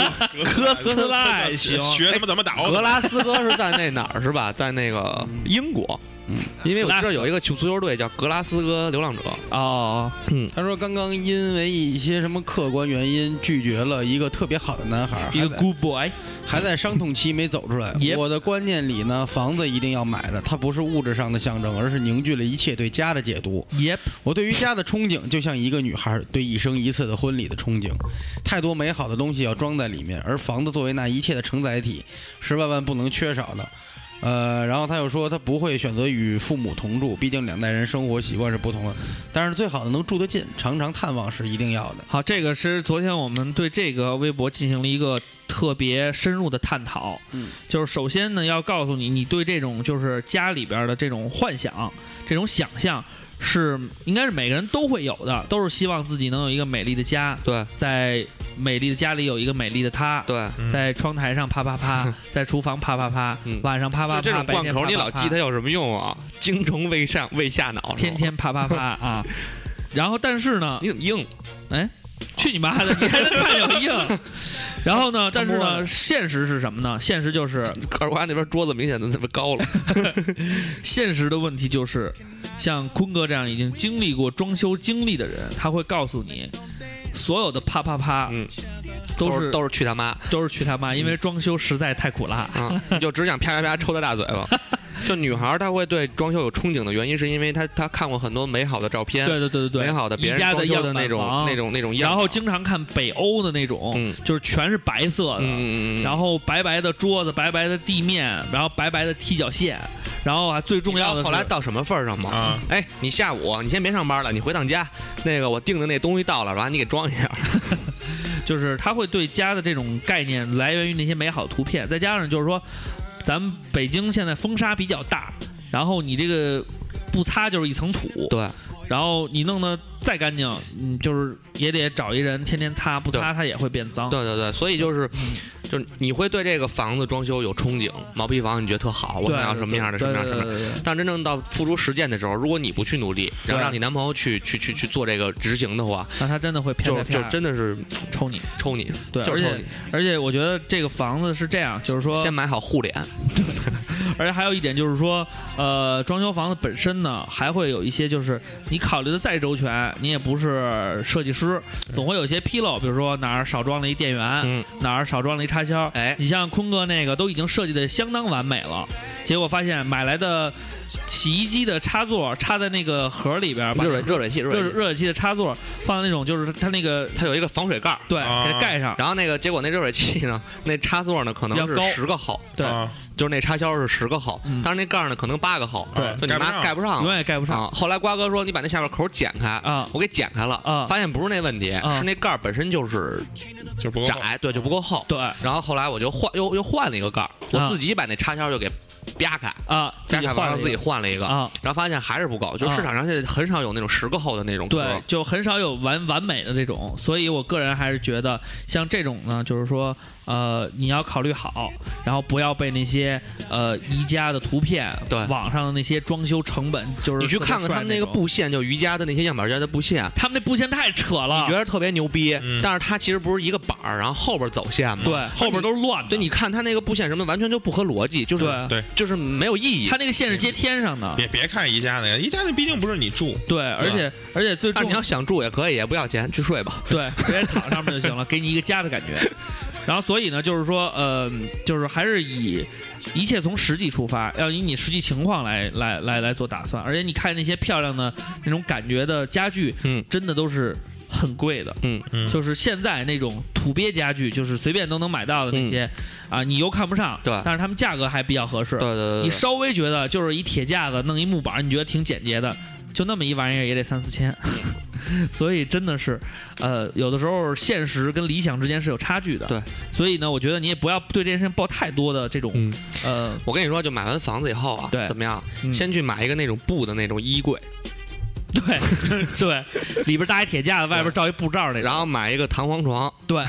哥哥斯拉也行学他妈怎么哦打奥特格曼拉斯哥是在那哪儿是吧？ 在那个英国。嗯，因为我格拉知斯道有一个球足球队叫格拉斯哥流浪者，哦，他说刚刚因为一些什么客观原因拒绝了一个特别好的男孩，一个还在 good boy，还在伤痛期没走出来 Yep。我的观念里呢，房子一定要买的，它不是物质上的象征，而是凝聚了一切对家的解读。耶，我对于家的憧憬，就像一个女孩对一生一次的婚礼的憧憬，太多美好的东西要装在里面，而房子作为那一切的承载体，是万万不能缺少的。呃，然后他又说他不会选择与父母同住，毕竟两代人生活习惯是不同的。但是最好的能住得近，常常探望是一定要的。好，这个是昨天我们对这个微博进行了一个特别深入的探讨。嗯，就是首先呢，要告诉你，你对这种就是家里边的这种幻想、这种想象是应该是每个人都会有的，都是希望自己能有一个美丽的家，对在美丽的家里有一个美丽的他。对，嗯在窗台上啪啪啪，在厨房啪啪啪嗯，晚上啪就啪啪，这种白贯天口，啪你啪老啪记它有什么用啊？精虫未上未下脑，天天啪啪啪啊。然后，但是呢，你怎么 硬？哎，去你妈的，你还真太有 硬。然后呢，但是摸呢，现实是什么呢？现实就是二瓜那边桌子明显的特别高了，现实的问题就是，像坤哥这样已经经历过装修经历的人，他会告诉你，所有的啪啪啪嗯，都是是都是嗯去他 妈都是去他妈，因为装修实在太苦辣。啊！你就只想啪啪啪抽他大嘴 巴。就女孩儿她会对装修有憧憬的原因，是因为她她看过很多美好的照片，对对对对对，美好的别宜人家装的修样的板那种房那。种那种样然貌，后经常看北欧的那种，嗯就是全是白色的，嗯嗯嗯嗯，然后后白白的桌子，白白的地面，然后白白的踢脚线，然后啊，最重要的是后来到什么份儿上吗？啊？哎，你下午你先别上班了，你回趟家，那个我订的那东西到了，完你给装一下。就是他会对家的这种概念来源于那些美好图片，再加上就是说，咱们北京现在风沙比较大，然后你这个不擦就是一层土，对，然后你弄得再干净，嗯，就是也得找一人天天擦，不擦它也会变脏。对对对，所以就是，就是你会对这个房子装修有憧憬，毛坯房你觉得特好，我对，想要什么样的什对么样对什对么样。对对对但真正到付出实践的时候，如果你不去努力，然对后让你男朋友去去去去做这个执行的话，那他真的会啪就啪就啪真的是抽你。抽你，对，就而是抽且你。而且我觉得这个房子是这样，就是说先买好护脸，而且还有一点就是说，呃，装修房子本身呢，还会有一些就是你考虑的再周全，你也不是设计师，总会有一些纰漏，比如说哪儿少装了一电源，嗯，哪儿少装了一插销。哎，你像坤哥那个都已经设计的相当完美了，结果发现买来的洗衣机的插座插在那个盒里边，把热水热水器，热热水器，热水器的插座放在那种就是它那个它有一个防水盖儿，对啊给它盖上，然后那个结果那热水器呢，那插座呢可能比较高是十个号，对啊就是那插销是十个号，嗯但是那盖儿呢可能八个号，对就你妈盖盖不不上永了远也盖不上啊。后来瓜哥说你把那下边口剪开啊我给剪开了啊发现不是那问题，啊是那盖儿本身就是就不够厚窄，对，就不够厚。对然后后来我就换又又换了一个盖儿，啊我自己把那插销就给啪开，啊，自啪己开换完了了一自己个换了一个，啊，然后发现还是不够，就啊市场上现在很少有那种十个厚的那种对壳，，就很少有完完美的这种，所以我个人还是觉得像这种呢，就是说，呃，你要考虑好，然后不要被那些呃宜家的图片，对网上的那些装修成本，就是你去特别看看帅他们那个种，啊布线，就瑜伽的那些样板间的布线，他们那布线太扯了，你觉得特别牛逼嗯，但是它其实不是一个板儿，然后后边走线嘛。对，后边都是乱的，对，你看它那个布线什么的，完全就不合逻辑，就是对对就是没有意义他。那个线是接天上的，别别看宜家那个，宜家那毕竟不是你住，对，而且而且最但重是你要想住也可以，也不要钱，去睡吧。对，直接躺上面就行了，给你一个家的感觉。然后，所以呢，就是说，呃，就是还是以一切从实际出发，要以你实际情况来来来来做打算。而且你看那些漂亮的那种感觉的家具，嗯，真的都是很贵的。嗯嗯就是现在那种土鳖家具，就是随便都能买到的那些，啊、你又看不上，嗯对但是他们价格还比较合适。对对对你对，稍微觉得就是一铁架子弄一木板，你觉得挺简洁的，就那么一玩意儿也得三四千。 所以真的是，呃，有的时候现实跟理想之间是有差距的。对，所以呢，我觉得你也不要对这件事情抱太多的这种，嗯呃，我跟你说，就买完房子以后啊对，怎么样？嗯先去买一个那种布的那种衣柜，对 对，里边搭一铁架子，外边罩一布罩那种，然后买一个弹簧床，对，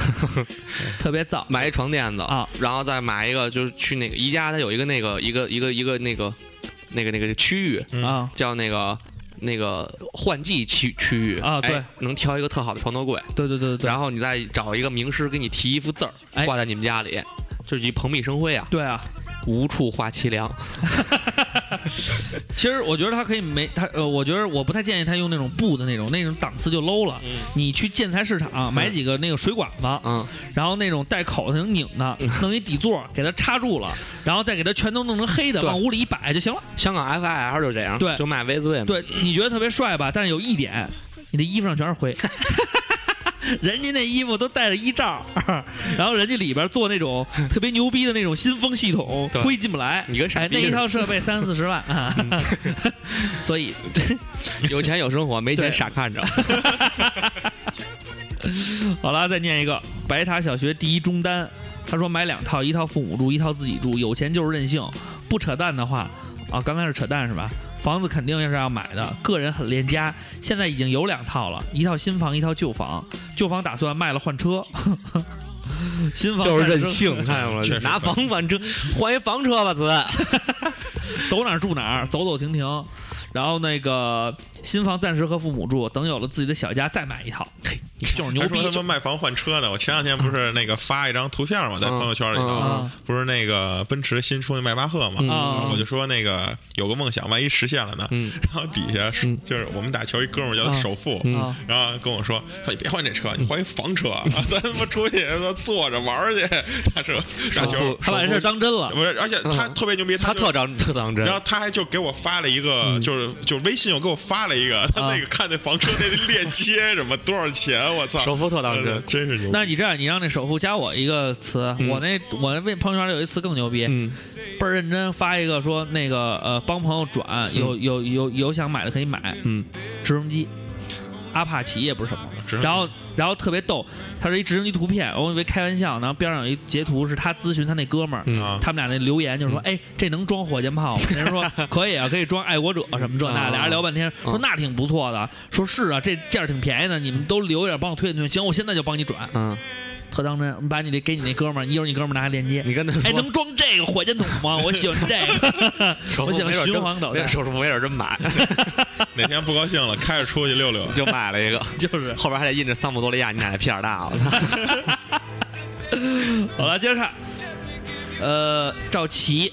特别燥买一床垫子啊，然后再买一个，就是去那个宜家，它有一个那个一个一个一个那个那个那个区域，嗯啊。叫那个那个换季区区域啊对哎能挑一个特好的床头柜，对对对对对然后你再找一个名师给你题一幅字哎儿，挂在你们家里，就是一蓬荜生辉啊，对啊！无处话凄凉。其实我觉得他可以没他呃，我觉得我不太建议他用那种布的那种，那种档次就 low 了。你去建材市场买几个那个水管子，嗯，然后那种带口的能拧的，弄一底座给它插住 了，然后再给它全都弄成黑的，对往屋里一摆就行了。香港 FIL 就这样，对就卖 V 醉嘛。对，你觉得特别帅吧？但是有一点，你的衣服上全 是灰。人家那衣服都带着衣罩， 然后人家里边做那种特别牛逼的那种新风系统，对灰进不来。你跟傻哎，逼嗯那似一的，套设备三四十万啊， 所以 有钱有生活，没对钱傻 看着。好了，再念一个白塔小学第一中单，他说买两套，一套父母住，一套自己住，有钱就是任性，不扯淡的话，啊，刚才是扯淡是吧？房子肯定是要买的，个人很恋家，现在已经有两套了，一套新房，一套旧房，旧房打算卖了换车， 新房就是暂时任性，看见确了实拿房换车，换一房车吧，子。走哪儿住哪儿，走走停停。然后那个新房暂时和父母住，等有了自己的小家再买一套，嘿，就是牛还逼说他就们卖房换车呢。我前两天不是嗯那个发一张图片嘛，在朋友圈里头，啊不是那个奔驰新出那迈巴赫嘛，嗯啊我就说那个有个梦想，万一实现了呢？嗯 然后底下是嗯就是我们打球一哥们儿叫啊首富，嗯啊！然后跟我说说你别换这车，你换一房车，啊咱他妈出去坐着玩儿去，打车打球首富。他把这事儿当真了，不是，而且他嗯特别牛逼，他就特嗯当特当真然，后他还就给我发了一个，就是就微信又给我发了一个，嗯他那个看那房车那链接什么多少钱，我 操！首富特当呃真。真是牛逼。那你这样，你让那守护加我一个词，嗯我那我那微朋友圈里有一词更牛逼，嗯，倍儿认真发一个说那个呃帮朋友转，有有有有想买的可以买，嗯，直升机。阿帕奇也不是什么直升，机然后然后特别逗，他是一直升机图片，我以为开玩笑，然后边上有一截图是他咨询他那哥们儿，嗯啊，他们俩那留言就是说，哎，这能装火箭炮吗？人 家说可以啊，可以装爱国者什么这那，啊俩人聊半天，说嗯那挺不错的，说是啊，这价儿挺便宜的，你们都留一点帮我推荐推荐，行，我现在就帮你转，嗯，特当真，把你这给你那哥们儿，一会儿你哥们儿拿链接。你跟他说，哎，能装这个火箭筒 吗？我喜欢这个，首我付喜欢没准循真环导没弹准，首付没准真买， 哪天不高兴了，开着出去溜溜。 就买了一个，就是。后边还得印着桑普多利亚，你奶奶屁眼大，我操！好了，接着看，呃，赵琦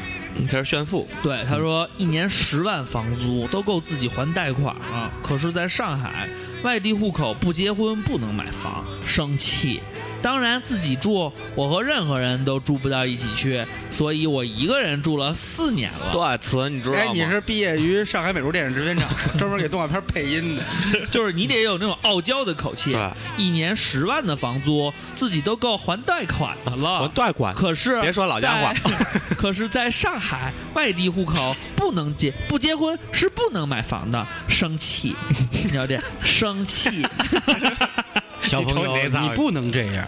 这是炫富，对他说，一年十万房租都够自己还贷款啊了，可是在上海，外地户口不结婚不能买房，生气。当然自己住，我和任何人都住不到一起去，所以我一个人住了四年了。段词你知道吗？哎，你是毕业于上海美术电影制片厂， 专门给动画片配音的。就是你得有那种傲娇的口气对。一年十万的房租，自己都够还贷款的我了。断管，可是别说老家话在， 可是在上海外地户口不能结，不结婚是不能买房的，生气，你了解？生气，小朋你瞅你那友，造你型不能这 样，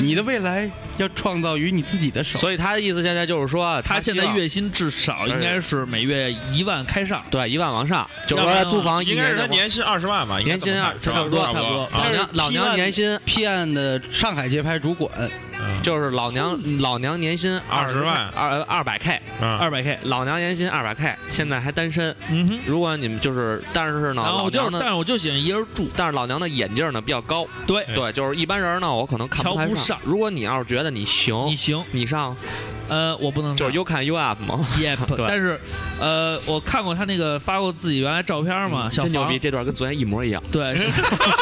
你的未来要创造于你自己的手。所以他的意思现在就是说，他现在希望月薪至少应该是每月一万开上。对一万往上，就是要不说然租房一应该年是他就年薪二十万吧，应该年薪这么二差不看是吧多差差不多老他啊是娘老批娘案年薪批案的上海节拍主管，就是老嗯娘老娘年薪20万二呃二百 K，啊，二百 K，老娘年薪二百 K，现在还单身。嗯哼，如果你们就是，但是呢，然后老我就娘是，呢，但是我就喜欢一人住，但是老娘的眼镜呢比较高，对，哎对，就是一般人呢，我可能看瞧太不上上。如果你要是觉得你行，你行，你上呃，我不能就是 you can you up 嘛， yep， 对但是，呃，我看过他那个发过自己原来照片 嘛，小嗯真牛房逼，这段跟昨天一模一样。对，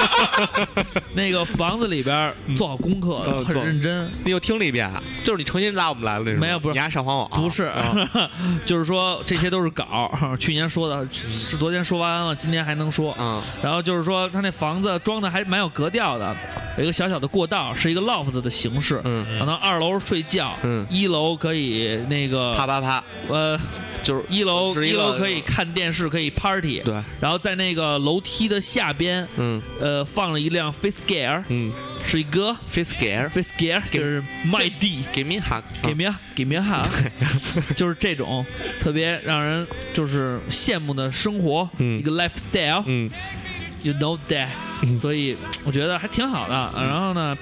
那个房子里边儿做好功课，嗯做很认真，你又听了一遍，就是你诚心拉我们来的那种。没有不是你还上黄网？不是啊， 就是说这些都是稿儿，去年说的，是昨天说完了，今天还能说。嗯，然后就是说他那房子装的还蛮有格调的，有一个小小的过道，是一个 loft 的形式，嗯然后二楼睡觉，嗯一楼可以那个啪啪啪，呃，就是一楼是一一个楼可以看电视，可以 party，对，然后在那个楼梯的下边，嗯呃，放了一辆 Face Gear，嗯是一哥，face gear。啊 Face Gear 就是麦地。 Give me hug，嗯给面给面哈， 就是这种特别让人就是羡慕的生活，嗯一个 lifestyle，you 嗯， know that，、所以我觉得还挺好的。嗯然后呢，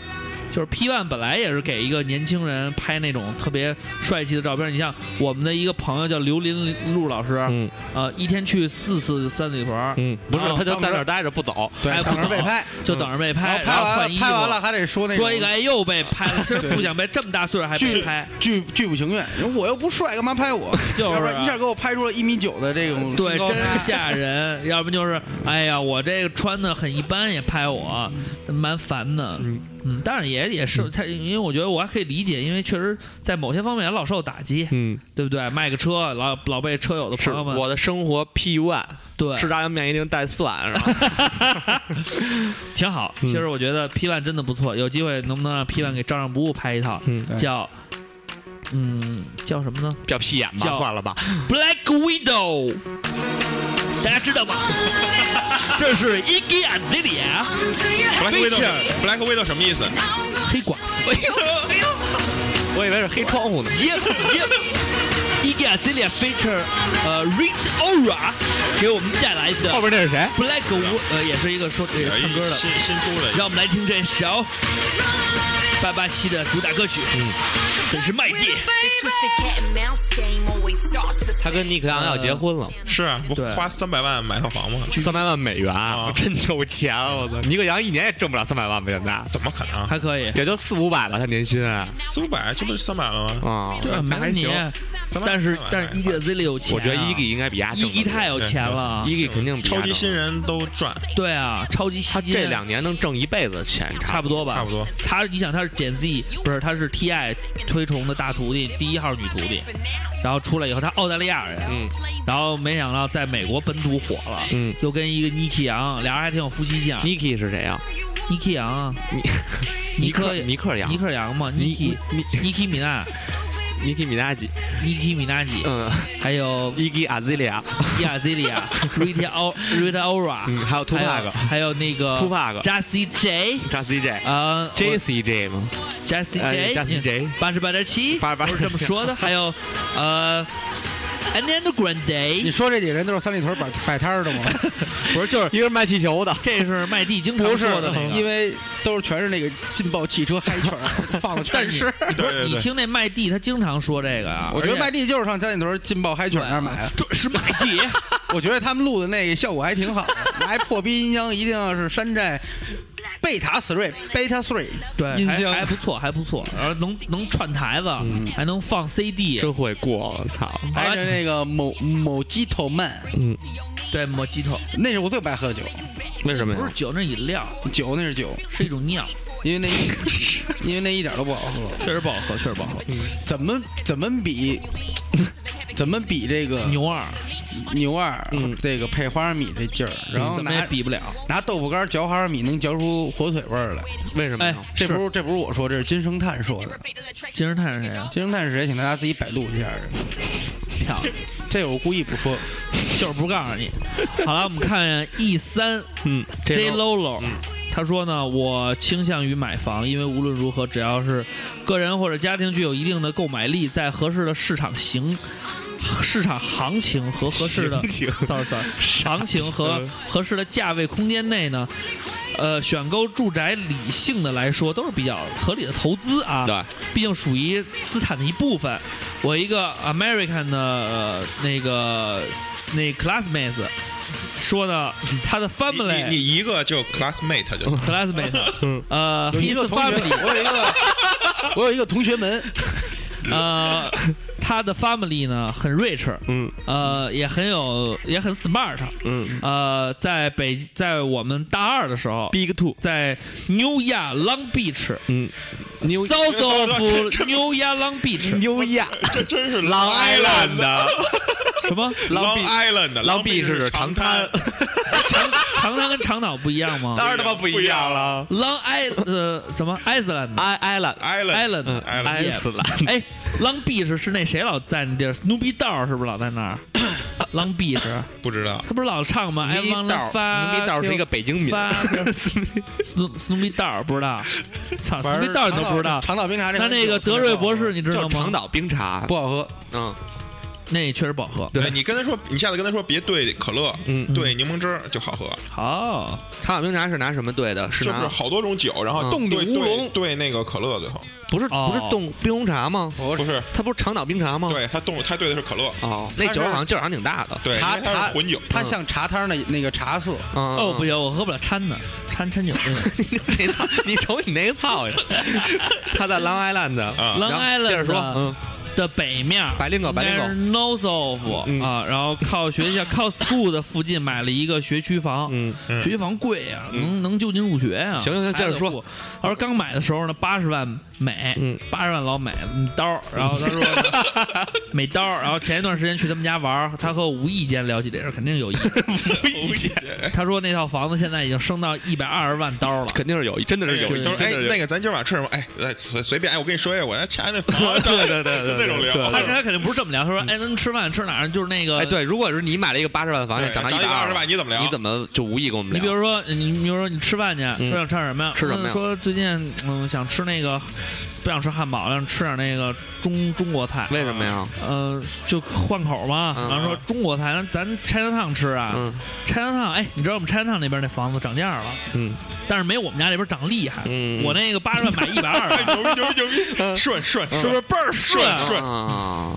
就是 P One 本来也是给一个年轻人拍那种特别帅气的照片，你像我们的一个朋友叫刘林路老师，嗯呃，一天去四次三里屯儿，嗯，不是，然后他就在那儿待着不走，对哎，当时不被走拍，就等着被然拍，后然拍后完换了，衣拍完了服。还得说那说一个，种哎，又被拍了，真是不想被这么大岁数还被巨拍，巨巨不情愿，我又不帅，干嘛拍我？ 就是要不啊然一下给我拍出了一米九的这种对，身高啊真差吓人。要不就是，哎呀，我这个穿的很一般，也拍我，蛮烦的。嗯嗯，当然也也是他，因为我觉得我还可以理解，因为确实在某些方面老受打击，嗯，对不对？卖个车，老老被车友的是朋友们，我的生活 P one，对，吃炸酱面一定带蒜， 是吧？ 挺好。嗯其实我觉得 P One 真的不错，有机会能不能让 P One 给照常不误拍一套，嗯对叫嗯叫什么呢比较屁眼吧，叫算了吧。 ？Black Widow，大家知道吗？这是 i g g y a n d e l i a Black Widow Feature Black Widow 什么意思？黑寡妇。哎呦哎呦，我以为是黑窗户呢。耶耶！伊格亚 Celia feature 呃 Red Aura 给我们带来的后边那是谁？ Black Wo- 呃也是一个说呃唱歌的，新新出的，让我们来听这首八八七的主打歌曲，嗯这是麦蒂。 This twisted cat and mouse game always starts the 他跟尼克杨要结婚了，是啊，不对花三百万买套房吗？三百万美元，啊真有钱！我操，尼克杨一年也挣不了三百万吧？现在怎么可能？啊还可以，也就四五百吧，他年薪啊。四五百，这不是三百了吗？啊对，没那还问题行。。三百但是三百但是伊格亚 Celia 有钱我啊，觉得伊利应该比他挣伊得多。嗯吉太有钱了，伊利肯定比他嗯超级挣新人都赚，对啊，超级他吸金，这两年能挣一辈子的钱，差不多吧，差不多。他你想他是 Gen Z，不是他是 TI 推崇的大徒弟，第一号女徒弟，然后出来以后他澳大利亚人，嗯然后没想到在美国本土火了，嗯又跟一个 Niki 杨，俩人还挺有夫妻相。 ，Niki 是谁呀？ Niki 杨啊，尼克尼克杨尼，克杨嘛尼，Niki Niki 米娜 ，Niki 米娜吉， ，Niki 米娜吉，嗯还有伊利阿兹利亚，亚 Zilia、Rita O Rita Ora，嗯，还有 t u p 还 a c 有还有那个 Tupac Jazzy J， j a c J。啊 J C J 吗？ Jazzy 呃 J ，Jazzy J 八十八点七， 88.7不是这么说的。还有呃，An Underground 你 Day，说这几个人都是三里屯摆摆摊 儿的吗？不是就是一个是卖气球的，这是麦蒂经常说的那因个。为都是全是那个劲爆汽车嗨圈儿， 放了但全你是。对对你对，听那麦蒂，他经常说这个啊。我觉得而且麦蒂就是上三里屯劲爆嗨圈儿那儿买的。啊对这是麦蒂， 我觉得他们录的那个效果还挺好的，拿一破逼音箱，一定要是山寨贝塔 three beta three 对，音还还箱。嗯不错，还不错，然后能能串台子，还能放 CD，真会过，我 操！挨着那个某某鸡头曼，嗯，对，莫吉头，那是我最不爱喝的酒，为什么不是呀？酒，那是饮料，酒那是酒，是一种酿，因为那 一因为那一点都不好喝，确实不好喝，确实不好喝。怎么怎么比 怎么比这个牛二，牛二，嗯这个配花生米这劲儿，然后嗯怎么也拿比不了。拿豆腐干嚼花生米能嚼出火腿味儿来，为什么呀？哎这不是这不是我说，这是金生炭说的。金石炭是谁啊？金生炭是谁？请大家自己百度 一下。漂亮，这我故意不说，就是不告诉你。好了，我们看 E 三嗯，J 这 Lolo，他说呢，我倾向于买房，因为无论如何，只要是个人或者家庭具有一定的购买力，在合适的市场行。市场行情和合适的行情 ，sorry sorry，行情和合适的价位空间内呢，呃，选购住宅理性的来说都是比较合理的投资啊。对，毕竟属于资产的一部分。我一个 American 的、呃、那个那 classmates 说呢，他的你你 family 你一个就 classmate 就行 classmate 呃有一个，his 同学， family 我有一个 我有一个同学们，呃，他的 family 呢很 rich，嗯呃，也很有也很 smart，嗯呃，在北在我们大二的时候。 ，Big Two，在 New Ya Long Beach，嗯 New South of 这这 New Ya Long Beach，牛呀，这真是狼 Island 啊的，什么 Long Island 的狼 Beach 是长滩，，长长滩跟长岛不一样吗？当然他妈不一样了。 Long I 呃什么 Island 安安了， Island 嗯 Island Island 安死了，哎，Long Beach 是那谁老在那地儿？Snoopy 道是不是老在那儿？Long Beach 不知道他不是老唱吗？I 一 want 道 to 儿，一道儿是一个北京民，发 Snoopy 道不知道，操反正，Snoopy 道你都不知道。长岛冰茶那那个德瑞博士你知道叫长吗？岛冰茶，不好喝，嗯，那确实不好喝。对哎你跟他说，你下次跟他说别兑可乐，嗯兑柠檬汁儿就好喝。好，长岛冰茶是拿什么兑的？是就拿是好多种酒，然后嗯冻顶乌龙兑那个可乐，最后不是哦不是冻冰红茶吗？不是它不是长岛冰茶吗？对他冻他兑的是可乐，哦，那酒好像劲儿好像挺大的。对，因茶为它茶是混酒，它像茶摊儿的那个茶色，嗯哦不行，我喝不了掺的，掺掺酒不行。 你操！你瞅你那个操呀！他在狼 island 啊 Long 然后接着 Island 说，的嗯，的北面，白领狗啊白领狗 n o s o f 嗯啊，然后靠 学校靠 school 的附近买了一个学区房，嗯嗯学区房贵啊，能能就近入学呀、啊。行行行接着说孩子户。他说刚买的时候呢，八十万美，嗯八十万老美嗯刀 儿，然后他说呢美刀儿，然后前一段时间去他们家玩儿，他和我无意间聊起这事儿，肯定有意。 哎他说那套房子现在已经升到一百二十万刀了。肯定是有，真的是有，他说真的哎是有。那个咱今儿晚上吃什么？哎来随随便哎我跟你说一下，我那掐那房，对对对对就那种对聊对他。他肯定不是这么聊，他说：“哎，咱们吃饭吃哪儿？就是那个，哎，对，如果是你买了一个八十万的房，对现在涨到涨一一百百二十万，你怎么聊？你怎么就无意跟我们你聊？比如说，你你比如说你吃饭去，说想吃点什么呀？吃什么呀嗯说最近嗯想吃那个，不想吃汉堡，想吃点那个中中国菜。为什么呀？呃，就换口嘛。嗯然后说中国菜，咱咱 China Town 吃啊嗯，China Town。哎，你知道我们 China Town 那边那房子涨价了，嗯，但是没我们家这边涨厉害。嗯我那个八十万买一 百二哎十，牛逼牛逼牛逼，顺顺是不顺是倍儿顺？顺顺啊，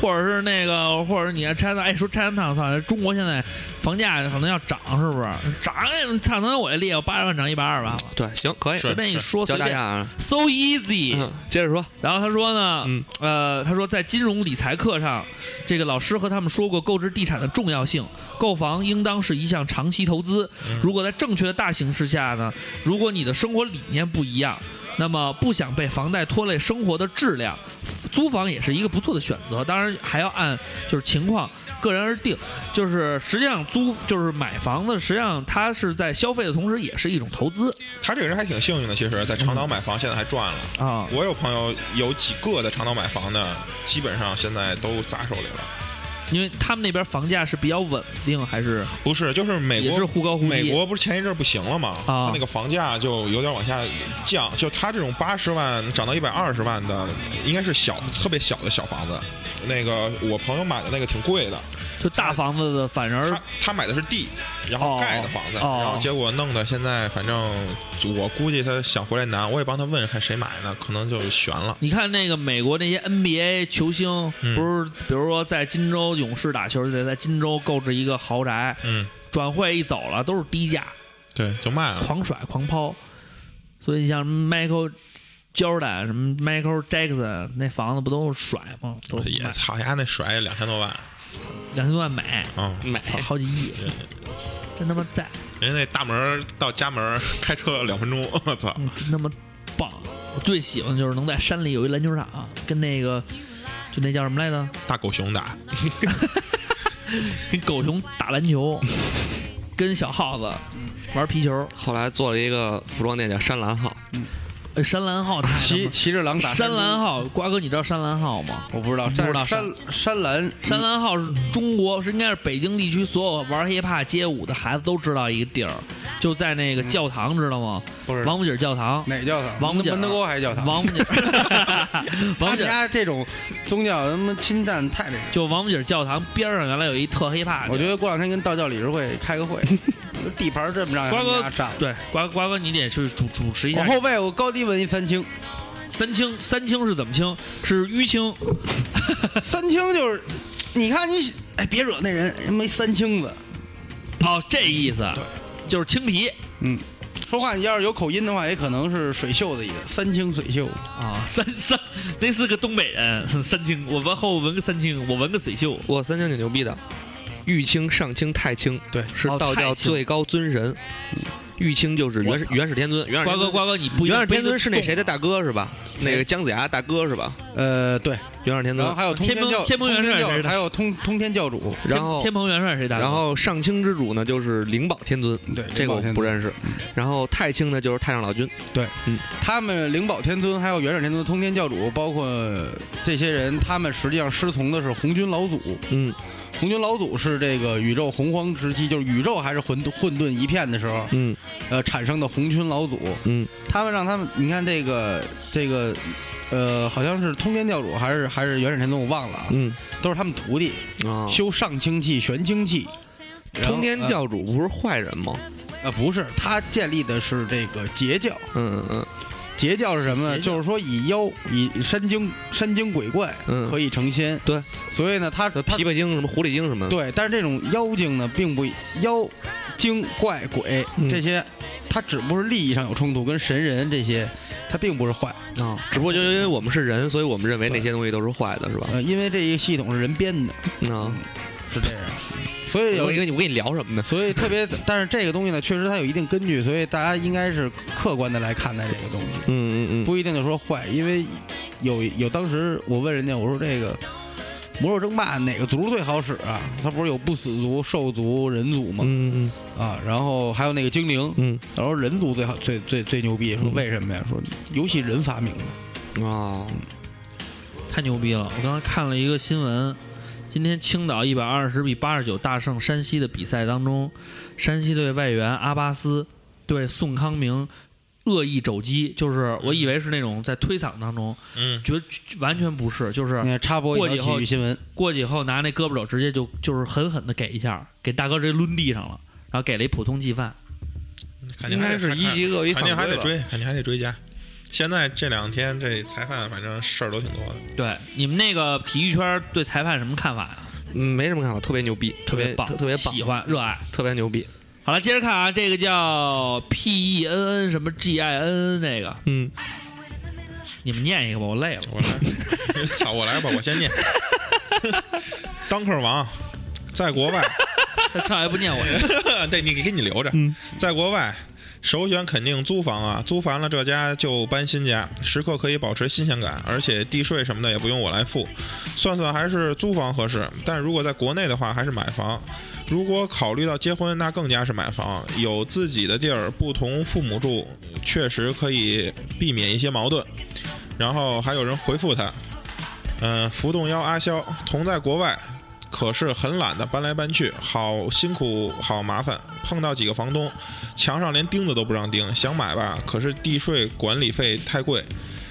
或者是那个，或者你看 China，Town，哎，说 China Town，操，中国现在房价可能要涨，是不是？涨，哎操，能有我这厉害，我八十万涨一百二十万了。”对，行，可以，是随便一说，随教大便家啊。 so easy。嗯，接着说，然后他说呢，嗯呃，他说在金融理财课上，这个老师和他们说过购置地产的重要性，购房应当是一项长期投资。嗯如果在正确的大形势下呢，如果你的生活理念不一样，那么不想被房贷拖累生活的质量，租房也是一个不错的选择。当然还要按就是情况。个人而定，就是实际上租就是买房子，实际上它是在消费的同时，也是一种投资他这个人还挺幸运的，其实，在长岛买房，现在还赚了。啊。我有朋友有几个在长岛买房的，基本上现在都砸手里了。因为他们那边房价是比较稳定，还是不是，就是美也是国，忽高忽低？美国不是前一阵儿不行了吗？啊他那个房价就有点往下降，就他这种八十万涨到一百二十万的，应该是小特别小的小房子。那个我朋友买的那个挺贵的，就大房子的反而他他买的是地，然后哦盖的房子，哦然后结果弄的现在反正我估计他想回来难，我也帮他问看谁买的，可能就悬了。你看那个美国那些 NBA 球星，嗯不是比如说在金州勇士打球，就得在金州购置一个豪宅，嗯，转会一走了都是低价，对，就卖了。狂甩狂抛。所以像 Michael Jordan 什么 Michael Jackson 那房子不都是甩吗？都是也卖操，丫那甩两千多万，两千多万买，嗯，买操好几亿。真他妈在，人家那大门儿到家门儿开车两分钟，我操！嗯真他妈棒！我最喜欢的就是能在山里有一篮球场、啊跟那个就那叫什么来着，大狗熊打，跟狗熊打篮球，跟小耗子玩皮球。后来做了一个服装店叫山兰号，哎山兰号太骑骑着狼打山兰猪，号，瓜哥你知道山兰号吗？我不知道，不但知道是山山兰山兰号是中国是应该是北京地区所有玩 hiphop 街舞的孩子都知道一个地儿，就在那个教堂，知道吗？嗯不知道王府井教堂，哪教堂？王府井门头沟还是教堂？哎 王府井， 王他府们井家这种宗教他妈侵占太 那个。就王府井教堂边上原来有一特 hiphop，我地觉儿得过两天跟道教理事会开个会， 地盘儿这哎么让瓜人哥家占了。对瓜瓜哥你得去主主持一我下。后背我高低文一三清，三清三清是怎么清？是淤青，三清就是，你看你哎别惹那人，人没三清子，哦，这意思就是青皮说话你要是有口音的话，也可能是水袖的意思，三清水袖。啊。三三那是个东北人，三清我闻后闻个三清，我闻个水袖。我三清挺牛逼的，玉清、上清、太清，对，是哦道太教清最高尊神。玉清就是我元始操元始天尊，元始瓜天哥尊瓜哥你不一元样始天不一尊定是那谁的动大哥是吧？那个姜子牙大哥是吧？呃，对，元始天然后尊，还有通天蓬教，天蓬元帅通天教谁是他还有通通天教主，天然后天蓬元帅谁大哥？然后上清之主呢就是灵宝天尊，嗯对，这个我不是。认识。然后太清呢就是太上老君，他们灵宝天尊还有元始天尊、通天教主，包括这些人，他们实际上师从的是红军老祖。嗯红军老祖是这个宇宙洪荒时期，就是宇宙还是混沌混沌一片的时候，嗯呃，产生的红军老祖。嗯，他们让他们，你看这个这个，呃，好像是通天教主还是还是元始天尊，我忘了啊，嗯都是他们徒弟啊。修上清气、玄清气。然后通天教主不是坏人吗？呃不是，他建立的是这个截教。嗯嗯截教是什么呢？邪教就是说以妖以山精山精鬼怪嗯，可以成仙。对，所以呢，他那他琵琶精什么狐狸精什么的，对，但是这种妖精呢，并不妖精怪鬼嗯这些，它只不过是利益上有冲突，跟神人这些，它并不是坏。啊，只不过就因为我们是人，所以我们认为那些东西都是坏的，是吧？呃，因为这一个系统是人编的，啊，是这样。所以有哎我以为你我跟你聊什么呢？所以特别，但是这个东西呢，确实它有一定根据，所以大家应该是客观的来看待这个东西。嗯嗯嗯，不一定就说坏，因为有有当时我问人家，我说这个魔兽争霸哪个族最好使啊？他不是有不死族、兽族、人族吗？嗯啊，然后还有那个精灵，嗯然后人族最好最最最牛逼，说嗯为什么呀？说游戏人发明的，嗯啊，太牛逼了！我刚才看了一个新闻，今天青岛一百二十比八十九大胜山西的比赛当中，山西队外援阿巴斯对宋康明恶意肘击，就是我以为是那种在推搡当中，嗯，觉得完全不是，就是你看插播过一去以条后体育新闻，过去以后拿那胳膊肘直接就就是狠狠的给一下，给大哥直接抡地上了，然后给了一普通记犯。肯定应还该得是一级恶意肯犯定还规得了。追，肯定还得追加。现在这两天这裁判反正事儿都挺多的，对，你们那个体育圈对裁判什么看法呀、嗯，没什么看法，特别牛逼，特别棒，特别棒哦喜，欢热爱。特别牛逼。好了，接着看啊，这个叫 P E N N 什么 G I N N 那个，嗯，你们念一个吧，我累了。 我来，操，我来吧，我先念。 当克王，在国外，他操，还不念我这 对你给你留着，在国外。首选肯定租房啊，租烦了这家就搬新家，时刻可以保持新鲜感，而且地税什么的也不用我来付，算算还是租房合适。但如果在国内的话，还是买房。如果考虑到结婚，那更加是买房，有自己的地儿，不同父母住，确实可以避免一些矛盾。然后还有人回复他，嗯、浮动妖阿肖同在国外，可是很懒的搬来搬去，好辛苦，好麻烦。碰到几个房东，墙上连钉子都不让钉，想买吧，可是地税管理费太贵，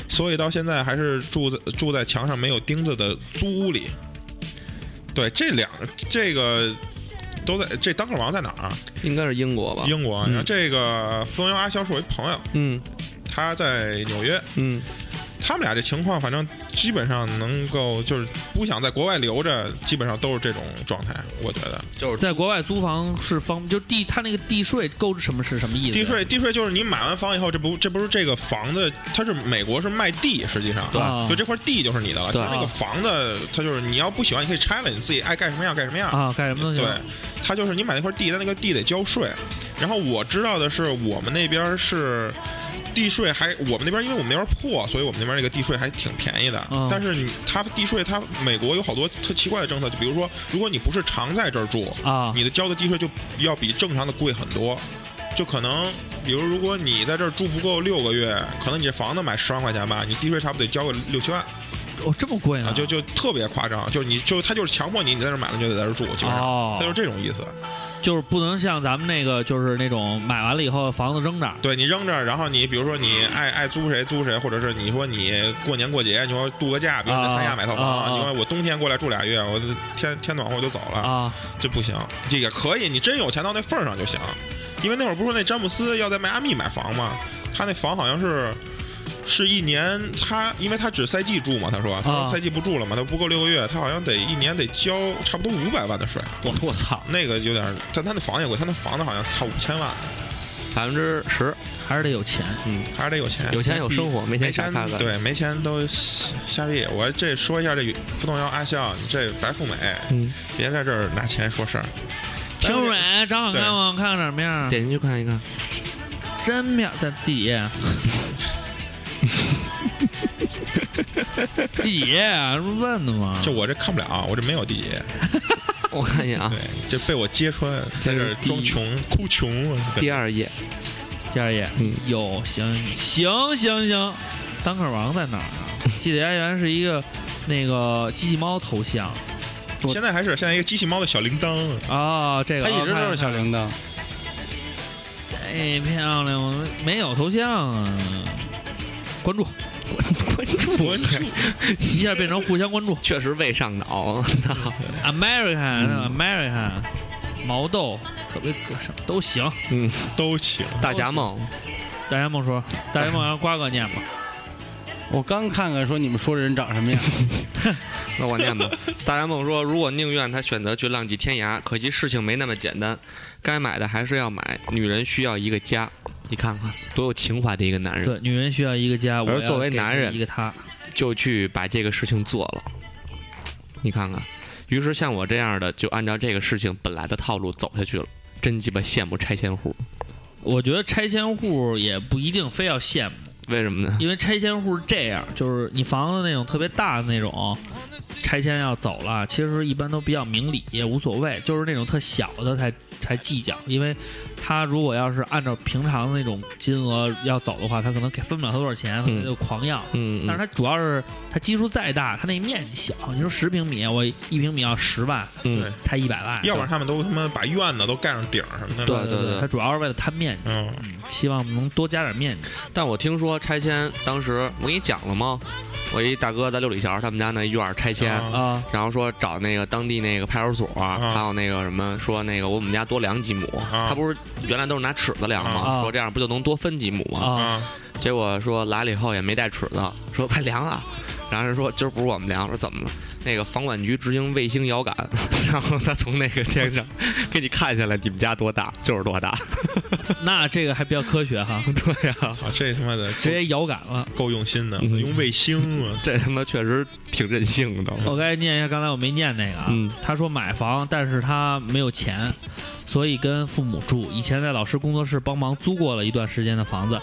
所以到现在还是住在住在墙上没有钉子的租屋里。对，这两这个都在这当克王在哪儿啊？应该是英国吧？英国。嗯然后这个冯瑶阿肖是我一朋友，嗯他在纽约。嗯他们俩这情况，反正基本上能够就是不想在国外留着，基本上都是这种状态。我觉得在国外租房是方，就地他那个地税购置什么是什么意思？地税，地税就是你买完房以后，这不这不是这个房子，它是美国是卖地，实际上，对所以这块地就是你的了。对像那个房子，它就是你要不喜欢，你可以拆了，你自己爱干什么样干什么样。啊，干什么东西？对，它就是你买那块地，但那个地得交税。然后我知道的是，我们那边是地税还，我们那边因为我们那边破，所以我们那边那个地税还挺便宜的。嗯但是你它地税，它美国有好多特奇怪的政策，就比如说，如果你不是常在这儿住，啊你的交的地税就要比正常的贵很多。就可能，比如如果你在这儿住不够六个月，可能你这房子买十万块钱吧，你地税差不多得交个六七万哦，这么贵呢？啊，就就特别夸张，就是你就他就是强迫你，你在这儿买了你就得在这儿住，基本上，哦他，就是这种意思。就是不能像咱们那个，就是那种买完了以后房子扔那儿。对你扔这儿，然后你比如说你爱爱租谁租谁，或者是你说你过年过节，你说度个假，比如你在三亚买套啊啊啊房，你说我冬天过来住俩月，我天天暖和我就走了，啊，这不行，这也可以，你真有钱到那份儿上就行。因为那会儿不是说那詹姆斯要在迈阿密买房吗？他那房好像是。是一年，他因为他只赛季住嘛，他说他啊说赛季不住了嘛，他不够六个月，他好像得一年得交差不多五百万的税，啊我我操，那个有点儿，但他那房也贵，他那房子好像差五千万，百分之十，还是得有钱。还是得有钱。哎有钱有生活，没没钱傻钱看看。对，没钱都瞎瞎逼。我这说一下这不动摇阿笑，你这白富美，嗯别在这儿拿钱说事儿。挺美，长好看吗？看看长什么样？点进去看一看，真妙，在第几 页？第几页啊？这不问的吗？就我这看不了，啊我这没有地姐，我看一眼啊 对，，这被我揭穿，在这儿装穷哭穷。我跟第二页，第二页，嗯有行行行行，单口王在哪儿啊？ 记得家园是一个那个机器猫头像我现在还是现在一个机器猫的小铃铛，啊，这个他一直都是小玲，铃铛，太哎漂亮了，没有头像啊，关注我一下变成互相关注确实未上脑， 我操， ，American、American，毛豆特别可什么都行。都行。大侠梦，大家梦说，大家 梦让瓜哥念吧，我刚看看说你们说这人长什么样，那我 念吧。大侠梦说：“如果宁愿他选择去浪迹天涯，可惜事情没那么简单，该买的还是要买。女人需要一个家，你看看多有情怀的一个男人，对，女人需要一个家，我而要作为给男你人一个他，就去把这个事情做了。你看看，于是像我这样的就按照这个事情本来的套路走下去了，真鸡巴羡慕拆迁户，我觉得拆迁户也不一定非要羡慕，为什么呢？因为拆迁户是这样，就是你房子那种特别大的那种，拆迁要走了，其实一般都比较明理，也无所谓，就是那种特小的才才计较，因为他如果要是按照平常的那种金额要走的话，他可能给分不了他多少钱，他可能就狂要。嗯，但是嗯它主要是它基数再大，它那面积小。你说十平米，我一平米要十万，嗯，才一百万，要不然他们都他妈把院子都盖上顶儿什么的。对对对它主要是为了摊面积，嗯，嗯，希望能多加点面积。但我听说拆迁，当时我给你讲了吗？我一大哥在六里桥他们家那院儿拆迁，啊啊然后说找那个当地那个派出所，还有那个什么，说那个我们家多量几亩，啊他不是原来都是拿尺子量吗？啊说这样不就能多分几亩吗？啊！啊，结果说来了以后也没带尺子，说快量啊， 然后人说今儿不是我们量，说怎么了？那个房管局执行卫星遥感， 然后他从那个天上给你看下来，你们家多大就是多大。 那这个还比较科学哈，对呀、啊，操，这他妈的直接遥感了。够用心的，嗯用卫星 啊，这他妈确实挺任性的。我该念一下，刚才我没念那个啊。嗯他说买房，但是他没有钱，所以跟父母住。以前在老师工作室帮忙租过了一段时间的房子，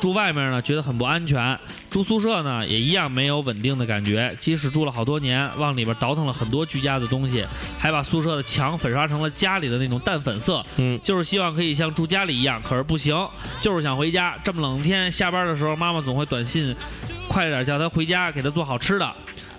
住外面呢觉得很不安全，住宿舍呢也一样没有稳定的感觉。即使住了好多年，往里边倒腾了很多居家的东西，还把宿舍的墙粉刷成了家里的那种淡粉色，嗯，就是希望可以像住家里一样，可是不行，就是想回家。这么冷的天，下班的时候妈妈总会短信，快点叫他回家，给他做好吃的。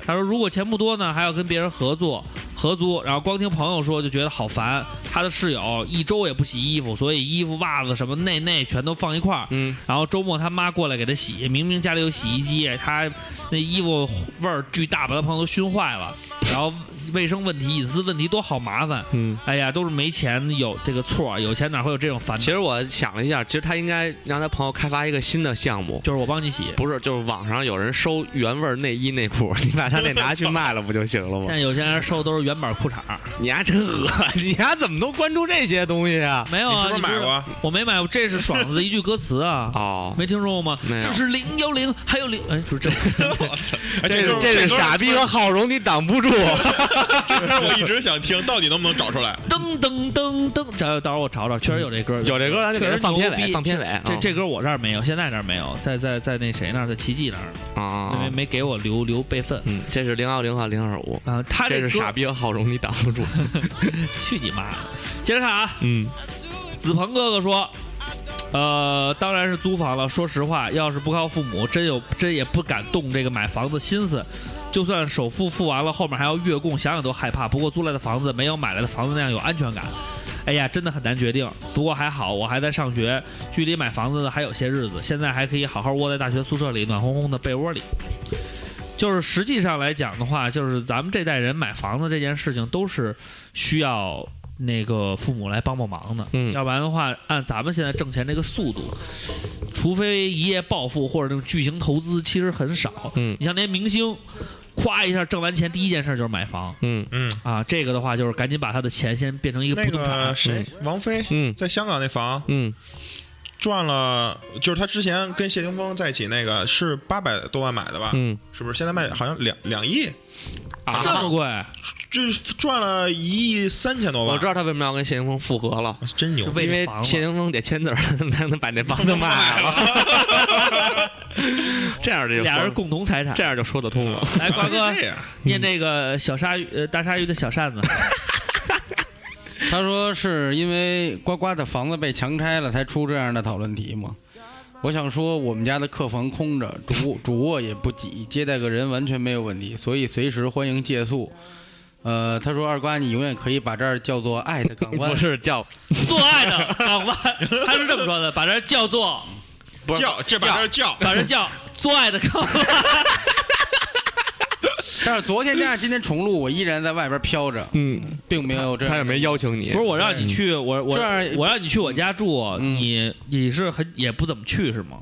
他说如果钱不多呢，还要跟别人合作合租，然后光听朋友说就觉得好烦。他的室友一周也不洗衣服，所以衣服、袜子什么内内全都放一块儿。嗯，然后周末他妈过来给他洗，明明家里有洗衣机，他那衣服味儿巨大，把他朋友都熏坏了。然后卫生问题、隐私问题都好麻烦。嗯，哎呀，都是没钱有这个错，有钱哪会有这种烦恼其？实我想了一下，其实他应该让他朋友开发一个新的项目，就是我帮你洗。不是，就是网上有人收原味内衣内裤，你把他那拿去卖了不就行了现 吗？在有些人收的都是原版裤衩儿，你还真恶心，你还怎么能关注这些东西啊？，没有你啊？是不是你知买道过？我没买过，这是爽子的一句歌词啊哦，没听说过吗？没有这是零幺零，还有零，哎，不 是这，我操！哎这歌是这是傻逼和浩荣，你挡不住。这歌我一直想听，到底能不能找出来？噔噔噔噔，找到时候我找找，确实有这歌，有这歌，咱就给确他实放片牛尾，逼放片尾。嗯这这歌我这儿没有，现在这儿没有，在在在那谁那儿，在奇迹那儿，啊啊，没啊没给我留留备份嗯，这是零幺零和零二五，啊。他这歌是傻逼和浩荣，你挡不住。去你妈的！接着看啊，嗯，子鹏哥哥说，呃，当然是租房了。说实话，要是不靠父母，真有真也不敢动这个买房子心思。就算首付付完了，后面还要月供，想想都害怕。不过租来的房子没有买来的房子那样有安全感。哎呀，真的很难决定。不过还好，我还在上学，距离买房子还有些日子。现在还可以好好窝在大学宿舍里，暖烘烘的被窝里。就是实际上来讲的话，就是咱们这代人买房子这件事情都是需要那个父母来帮帮忙的。嗯要不然的话，按咱们现在挣钱这个速度，除非一夜暴富或者那种巨型投资，其实很少。嗯你像那些明星，咵一下挣完钱，第一件事就是买房嗯 嗯，啊。这个的话，就是赶紧把他的钱先变成一个那不动产。个谁，王菲嗯在香港那房嗯，赚了，就是她之前跟谢霆锋在一起那个是八百多万买的吧？嗯，是不是？现在卖好像两两亿，啊这么贵，这赚了一亿三千多万。啊我知道他为什么要跟谢霆锋复合了，真牛是！为因为这房谢子。霆锋得签字 儿才能把那房子卖了。 这样这就俩人说共同财产这。样就说得通了。来，瓜哥啊这样念那个小鲨鱼，呃，大鲨鱼的小扇子。他说是因为呱呱的房子被强拆了，才出这样的讨论题吗？我想说，我们家的客房空着，主 主卧也不挤，接待个人完全没有问题，所以随时欢迎借宿。呃，他说二瓜，你永远可以把这儿叫做爱的嗯 港湾不。是 叫做爱 的港湾，他是这么说的，把这叫做，不是叫这把这叫，把这叫做爱的港湾。但是昨天加上今天重录，我依然在外边飘着，嗯，并没有这他也样。没邀请你， 不是我让你去，我我这样我让你去我家住，嗯你你是很也不怎么去是吗？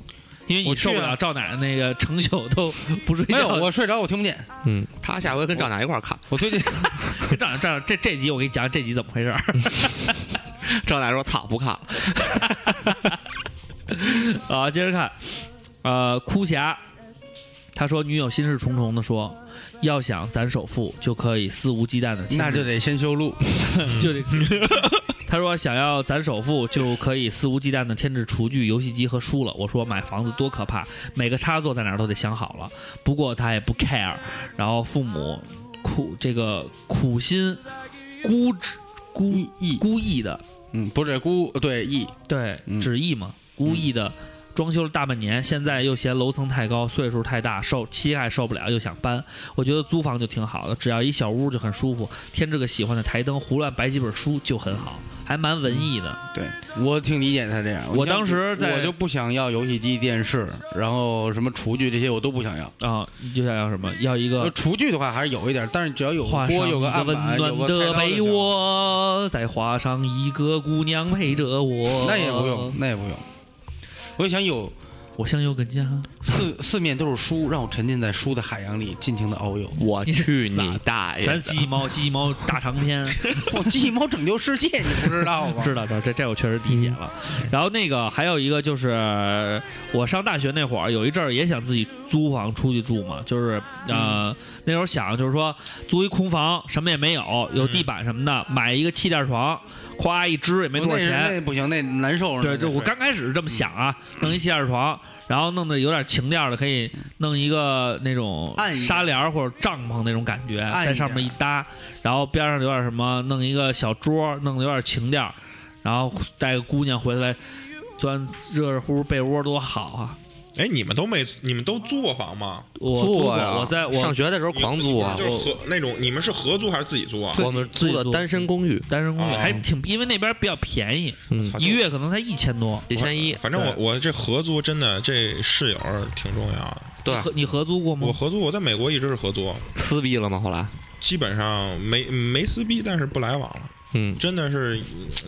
因为你我去受啊不了赵奶奶那个成宿都不睡觉。 没有，我睡着我听不见。嗯，他下回跟赵楠一块儿看，我最近 赵奶赵奶这这集我给你讲这集怎么回事儿。赵楠说操不 看了，啊，接着看，呃，哭侠，他说女友心事重重的说，要想攒首付就可以肆无忌惮的，那就得先修路。 就得。他说想要攒首付就可以肆无忌惮的添置厨具、游戏机和书了。我说买房子多可怕，每个插座在哪儿都得想好了。不过他也不 care，然后父母苦这个苦心孤执孤意意孤意的嗯，不是孤对意，对，嗯旨意嘛，故意的装修了大半年，现在又嫌楼层太高，岁数太大，受膝盖受不了，又想搬。我觉得租房就挺好的，只要一小屋就很舒服，添置个喜欢的台灯，胡乱摆几本书就很好，还蛮文艺的。对我挺理解他这样。我当时在我就不想要游戏机、电视，然后什么厨具这些我都不想要。啊，你就想要什么？要一呃个厨具的话还是有一点，但是只要有画个上锅、有一案温板、有暖个菜的刀就被行。窝，再画上一个姑娘陪着我。那也不呃用，，那也不用。我想有我想有个家。四四面都是书，让我沉浸在书的海洋里，尽情的遨游。 我去你你大爷！全鸡毛鸡毛大长篇。我鸡毛拯救世界，你不知道 吗？知道，知道，这这我确实理解了。然后那个还有一个就是，我上大学那会儿有一阵儿也想自己租房出去住嘛，就是呃、那时候想就是说租一空房，什么也没有，有地板什么的，买一个气垫床，夸一支也没我多少那是钱。那不行，那难受着呢。对，就那我是刚开始是这么想啊，弄一气垫床，然后弄得有点情调的，可以弄一个那种暗一点纱帘儿或者帐篷那种感觉，暗一在上面一搭，然后边上有点什么，弄一个小桌，弄得有点情调，然后带个姑娘回来钻热热乎乎被窝多好啊！哎，你们都没，你们都租过房吗？我租租过，啊！我在上我学的时候狂租啊就！是合那种，你们是合租还是自己租啊？自己我们自己租的租单身公寓，单身公寓哦还挺，因为那边比较便宜，嗯，操一月可能才一千多。一千一，反正我我这合租真的这室友挺重要的。对啊你合你合租过吗我？合租，我在美国一直是合租，撕逼了吗？后来基本上没没撕逼，但是不来往了。嗯，真的是，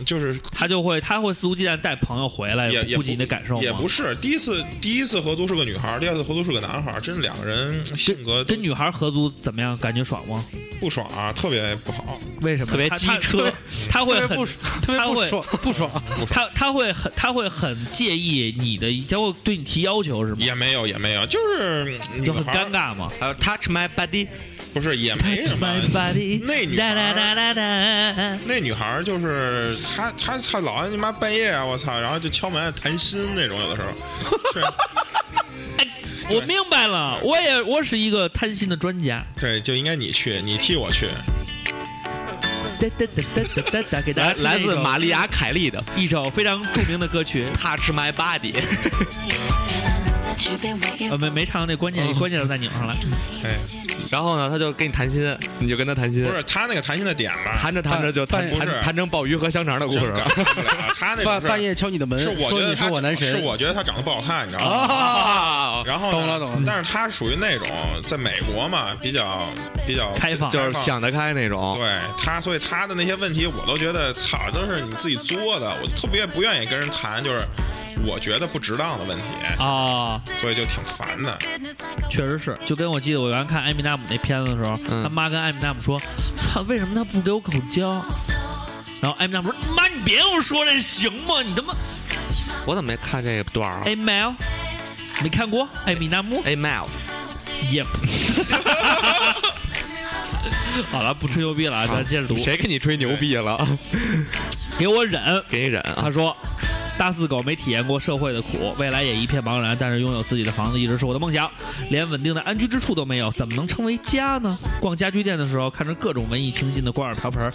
就是他就会他会肆无忌惮带朋友回来，也也估不计你的感受吗也不是第一次，第一次合租是个女孩儿，第二次合租是个男孩儿，真是两个人性格都跟女孩合租怎么样？感觉爽吗？不爽啊，特别不好。为什么？特别他机他车特别 他会特别很不特别他不会爽不爽，他他会很他会很介意你的，他会对你提要求是吗？也没有，也没有，就是女嗯就很孩儿尴尬嘛。还有呃 Touch My Body，不是也没什么 Touch my。body，那女哒孩哒儿哒哒哒那女孩儿就是她，她她老爱你妈半夜啊，我操，然后就敲门谈心那种，有的 时候，是，啊我明白了，我也我是一个贪心的专家。对，就应该你去，你替我去，哒哒哒哒哒哒哒，给大来家来自玛马丽亚·凯莉的一首非常著名的歌曲， Touch My Body。呃，没没唱那关键关键是在拧上来。哎，然后呢，他就跟你谈心，你就跟他谈心不，是她那个谈心的点吧，谈着谈着就半谈谈不是谈成鲍鱼和香肠的故真事了感。受不了， 她半那种是半夜敲你的门，是我觉说得你是她我男神，是我觉得她长得不好看，你知道吗？啊，然后呢懂了懂了但是她属于那种在美国嘛，比较比较开放就是想得开那哦种。对他，所以他的那些问题，我都觉得操，都是你自己作的，我特别不愿意跟人谈，就是我觉得不值当的问题，啊，所以就挺烦的。确实是，就跟我记得我原来看艾米纳姆那片子的时候，嗯他妈跟艾米纳姆说：“操，为什么他不给我口交？”然后艾米纳姆说：“妈，你别跟我说这行吗？你他妈我怎么没看这段儿啊？ a m i l 没看过艾米纳姆哎，Mouse， ？Yep。好了，不吹牛逼了啊，咱接着读。谁跟你吹牛逼了？给我忍！给你忍啊他！说，大四狗没体验过社会的苦，未来也一片茫然。但是拥有自己的房子一直是我的梦想，连稳定的安居之处都没有，怎么能称为家呢？逛家居店的时候，看着各种文艺清新的挂耳瓢盆儿、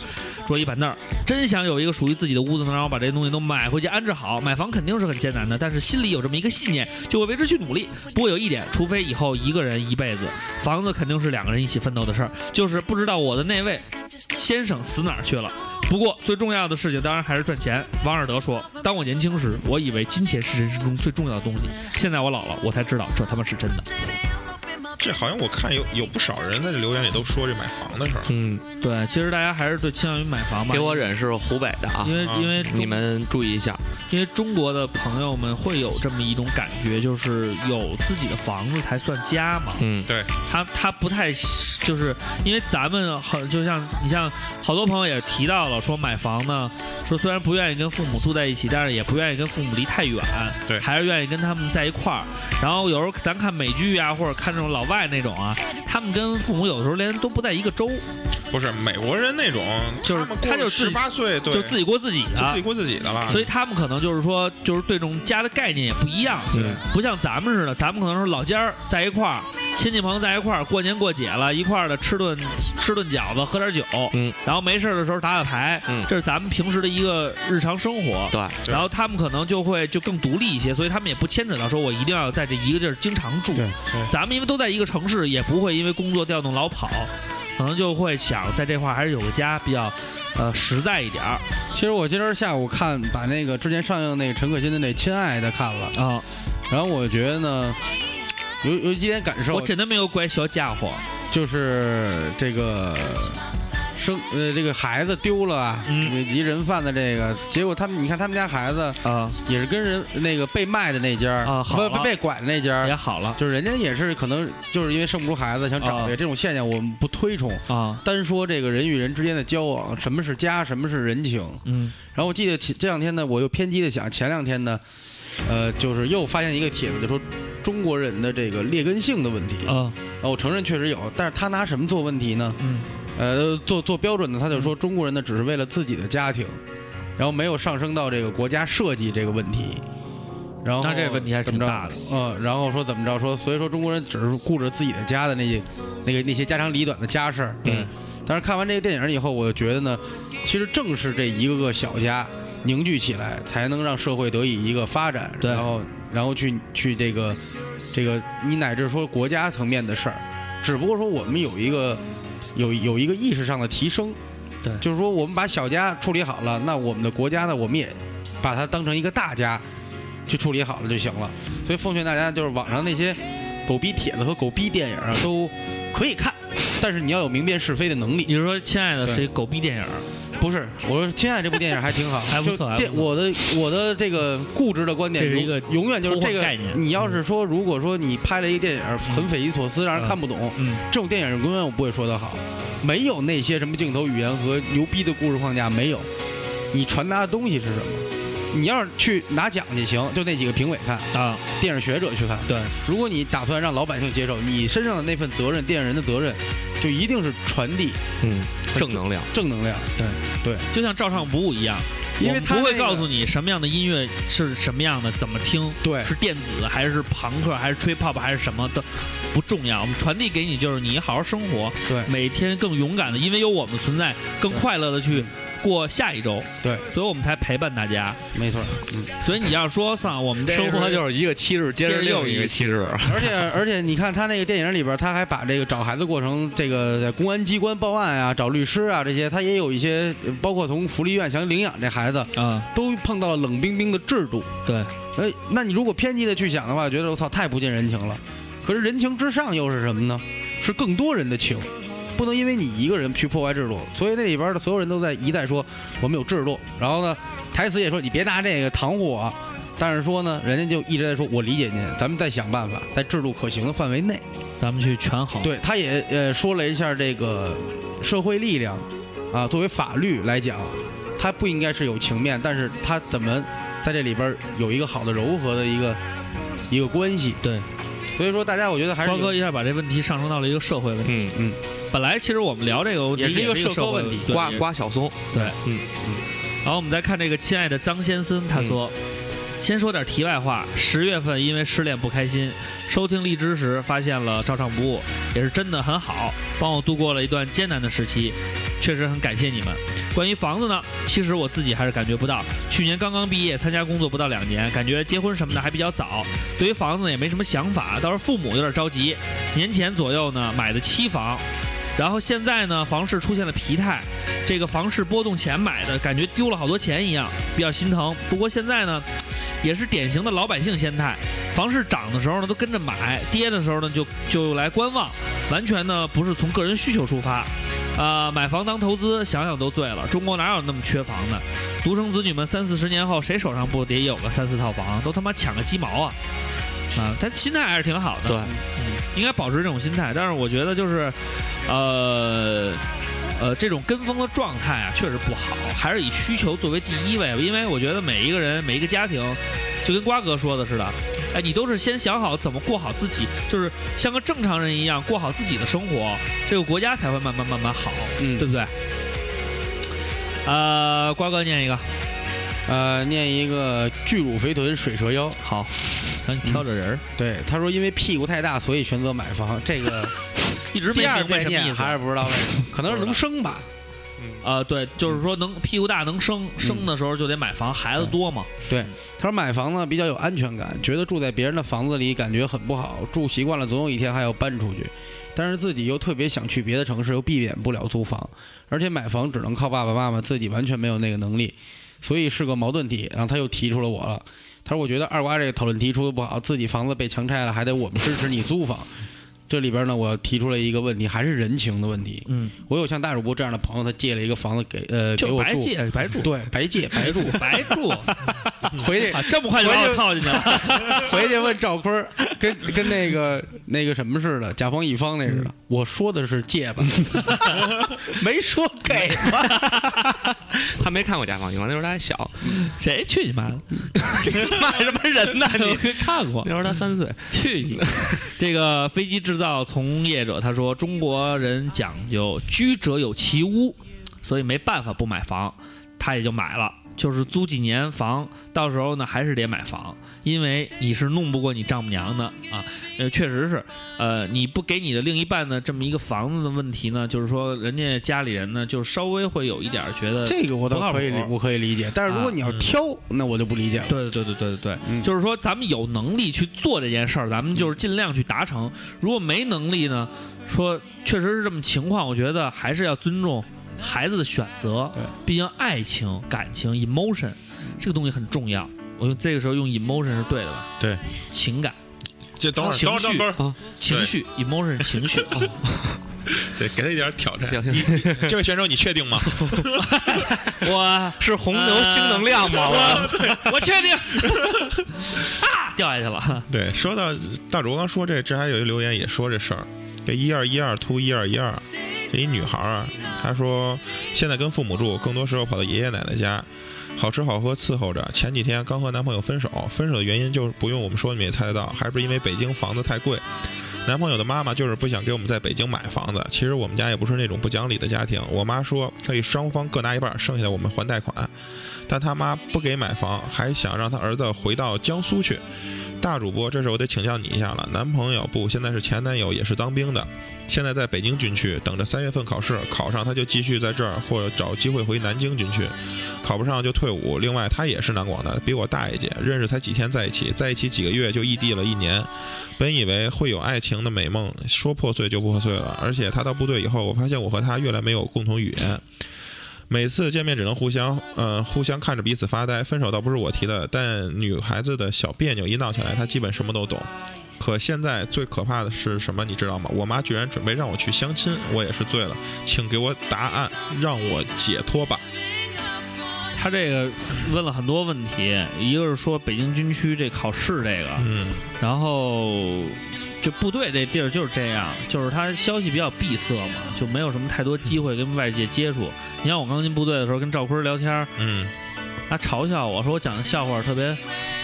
桌椅板凳儿，真想有一个属于自己的屋子，能让我把这些东西都买回去安置好。买房肯定是很艰难的，但是心里有这么一个信念，就会为之去努力。不过有一点，除非以后一个人一辈子，房子肯定是两个人一起奋斗的事儿。就是不知道我的那位先生死哪儿去了。不过最重要的事情当然还是赚钱。王尔德说：“当我年轻时，我以为金钱是人生中最重要的东西。现在我老了，我才知道这他妈是真的。这好像我看有有不少人在这留言里都说这买房的事儿，嗯，”对，其实大家还是最倾向于买房吧。给我忍是湖北的啊因，为啊因为中你们注意一下。因为中国的朋友们会有这么一种感觉，就是有自己的房子才算家嘛。嗯，他他不太就是因为咱们很就像你像好多朋友也提到了说买房呢，说虽然不愿意跟父母住在一起，但是也不愿意跟父母离太远，对还是愿意跟他们在一块儿。然后有时候咱看美剧啊，或者看这种老外那种啊，他们跟父母有的时候连都不在一个州，不是美国人那种，就是他他就自己十八岁，对，就自己过自己的，就自己过自己的了。所以他们可能就是说，就是对这种家的概念也不一样，嗯不像咱们似的，咱们可能是老家儿在一块儿，亲戚朋友在一块儿，过年过节了，一块儿的吃顿吃顿饺子，喝点酒，嗯，然后没事儿的时候打打牌，嗯这是咱们平时的一个日常生活，对对然后他们可能就会就更独立一些，所以他们也不牵扯到说我一定要在这一个地儿经常住，对咱们因为都在一个城市，也不会因为工作调动老跑，可能就会想在这块儿还是有个家比较，呃，实在一点儿其实我今儿下午看把那个之前上映那个陈可辛的那《亲爱的》看了，啊。然后我觉得呢，有有几点感受我，真的没有拐小家伙，就是这个生呃这个孩子丢了啊，嗯以及人贩子这个，结果他们你看他们家孩子啊、也是跟人那个被卖的那家儿啊好不了不被拐的那家也儿。好了就是人家也是可能就是因为生不出孩子想找啊这个这种现象，我们不推崇。啊，单说这个人与人之间的交往，什么是家，什么是人情，嗯然后我记得前这两天呢，我又偏激的想，前两天呢，呃，就是又发现一个帖子，就说中国人的这个劣根性的问题。啊哦，我承认确实有，但是他拿什么做问题呢？嗯呃，做做标准的，他就说中国人呢只是为了自己的家庭，然后没有上升到这个国家设计这个问题。然后那这个问题还是怎么挺着大的嗯，然后说怎么着说，所以说中国人只是顾着自己的家的那些、那个那些家长里短的家事儿。对，但是看完这个电影以后，我就觉得呢，其实正是这一个个小家凝聚起来，才能让社会得以一个发展，对然后然后去去这个这个你乃至说国家层面的事儿，只不过说我们有一个有有一个意识上的提升，对就是说我们把小家处理好了，那我们的国家呢，我们也把它当成一个大家去处理好了就行了。所以奉劝大家，就是网上那些狗逼帖子和狗逼电影啊，都可以看，但是你要有明辨是非的能力。你是说《亲爱的》对是一狗逼电影儿？不是，我说亲爱的这部电影还挺好，还不就错还不电错我的我的这个固执的观点，这是一个永永远就是这偷个换概念。你要是说，如果说你拍了一个电影很匪夷所思，让人看不懂，嗯，这种电影永远我不会说的好，没有那些什么镜头语言和牛逼的故事框架，没有。你传达的东西是什么？你要是去拿奖去行，就那几个评委看，啊，电影学者去看。对，如果你打算让老百姓接受，你身上的那份责任，电影人的责任，就一定是传递嗯，正能量。正能量。就像照唱不误一样，因我为们他不会那个告诉你什么样的音乐是什么样的，怎么听，对是电子还是朋克还是吹 pop 还是什么的，不重要。我们传递给你就是你好好生活，对每天更勇敢的，因为有我们存在，更对快乐的去过下一周。对，所以我们才陪伴大家。没错。嗯所以你要说算我们这生活就是一个七日，接着接着又又一一个七日，而且 而且，你看他那个电影里边，他还把这个找孩子过程，这个在公安机关报案啊、找律师啊这些，他也有一些，呃包括从福利院想领养这孩子，啊、都碰到了冷冰冰的制度。对，哎，那你如果偏激的去想的话，觉得我操太不近人情了。可是人情之上又是什么呢？是更多人的情，不能因为你一个人去破坏制度。所以那里边的所有人都在一再说我们有制度，然后呢，台词也说你别拿这个搪护我。但是说呢，人家就一直在说，我理解您，咱们再想办法，在制度可行的范围内。咱们去权衡。对，他也呃说了一下这个社会力量啊，作为法律来讲，它不应该是有情面，但是它怎么在这里边儿有一个好的柔和的一个一个关系？对，所以说大家我觉得还是瓜有哥一下把这问题上升到了一个社会问题。嗯，本来其实我们聊这个问题也是一个一个社社交会问题对嗯刮刮小松，然后我们再看这个亲爱的张先生，他说。先说点题外话，十月份因为失恋不开心，收听荔枝时发现了照唱不误，也是真的很好，帮我度过了一段艰难的时期，确实很感谢你们。关于房子呢，其实我自己还是感觉不到，去年刚刚毕业，参加工作不到两年，感觉结婚什么的还比较早，对于房子呢也没什么想法，倒是父母有点着急，年前左右呢买的期房，然后现在呢房市出现了疲态，这个房市波动前买的，感觉丢了好多钱一样，比较心疼。不过现在呢，也是典型的老百姓心态，房市涨的时候呢都跟着买，跌的时候呢就就来观望，完全呢不是从个人需求出发。呃，买房当投资，想想都醉了。中国哪有那么缺房呢？独生子女们三四十年后，谁手上不得有个三四套房？都他妈抢个鸡毛啊！啊，但心态还是挺好的，对嗯，应该保持这种心态。但是我觉得就是，呃，呃，这种跟风的状态啊，确实不好，还是以需求作为第一位。因为我觉得每一个人、每一个家庭，就跟瓜哥说的似的，哎，你都是先想好怎么过好自己，就是像个正常人一样过好自己的生活，这个国家才会慢慢慢慢好，嗯对不对？呃，瓜哥念一个，呃念一个巨乳肥臀水蛇腰。好，嗯让你挑着人儿，对，他说因为屁股太大，所以选择买房。这个 一直没第二明白遍什么意念思还。是不知道为什么，可能是能生吧。呃，对，就是说能屁股大能生，生的时候就得买房，孩子多嘛。他说买房呢比较有安全感，觉得住在别人的房子里感觉很不好，住习惯了总有一天还要搬出去，但是自己又特别想去别的城市，又避免不了租房，而且买房只能靠爸爸妈妈，自己完全没有那个能力，所以是个矛盾体。然后他又提出了我了，他说我觉得二瓜这个讨论题出的不好，自己房子被强拆了，还得我们支持你租房。这里边呢，我提出了一个问题，还是人情的问题。嗯，我有像大主播这样的朋友，他借了一个房子给呃给就我白住，借白住，对，白 借白住， 白住 回去啊，这么快就把我套进去了。 回去问赵坤儿，跟跟那个那个什么似的，甲方乙方那似的。我说的是借吧， 没说给吧。他没看过《甲方乙方》，那时候他 还小，谁去你 妈的！骂什么人呢？ 我 没看过那，时候他三岁，去你！ 这个飞机制造从业者他说，中国人讲究居者有其屋，所以没办法不买房，他也就买了。就是租几年房，到时候呢还是得买房，因为你是弄不过你丈母娘的啊。呃，确实是，呃，你不给你的另一半呢这么一个房子的问题呢，就是说人家家里人呢就稍微会有一点儿觉得这个我倒可以理，我可以理解。但是如果你要挑，那我就不理解了。对对对对对对，嗯就是说咱们有能力去做这件事儿，咱们就是尽量去达成。如果没能力呢，说确实是这么情况，我觉得还是要尊重孩子的选择对。毕竟爱情、感情、emotion 这个东西很重要。我用这个时候用 emotion 是对的吧？对，情感、这等会儿，情等会儿，绪等会儿， 情绪，emotion 哦是情绪。对，给他一点挑 战。行行你这位选手，你确定吗？我是红啊牛新能量 吗？ 我 我确定， 啊，掉下去了。对，说到大主播刚说这，这还有一留言也说这事儿，这一二一二 two 一二一二，一女孩儿啊，她说现在跟父母住，更多时候跑到爷爷奶奶家，好吃好喝伺候着。前几天刚和男朋友分手，分手的原因就是不用我们说你们也猜得到，还是因为北京房子太贵。男朋友的妈妈就是不想给我们在北京买房子。其实我们家也不是那种不讲理的家庭，我妈说可以双方各拿一半，剩下的我们还贷款。但他妈不给买房，还想让他儿子回到江苏去。大主播，这事我得请教你一下了。男朋友不，现在是前男友，也是当兵的，现在在北京军区，等着三月份考试，考上他就继续在这儿，或者找机会回南京军区，考不上就退伍。另外，他也是南广的，比我大一届，认识才几天在一起，在一起几个月就异地了一年。本以为会有爱情的美梦，说破碎就破碎了。而且他到部队以后，我发现我和他越来没有共同语言。每次见面只能互相，呃，互相看着彼此发呆。分手倒不是我提的，但女孩子的小别扭一闹起来，她基本什么都懂。可现在最可怕的是什么，你知道吗？我妈居然准备让我去相亲，我也是醉了，请给我答案，让我解脱吧。他这个问了很多问题，一个是说北京军区这考试这个，嗯，然后就部队这地儿就是这样，就是他消息比较闭塞嘛，就没有什么太多机会跟外界接触。你像我刚进部队的时候，跟赵坤聊天儿，嗯，他嘲笑我说我讲的笑话特别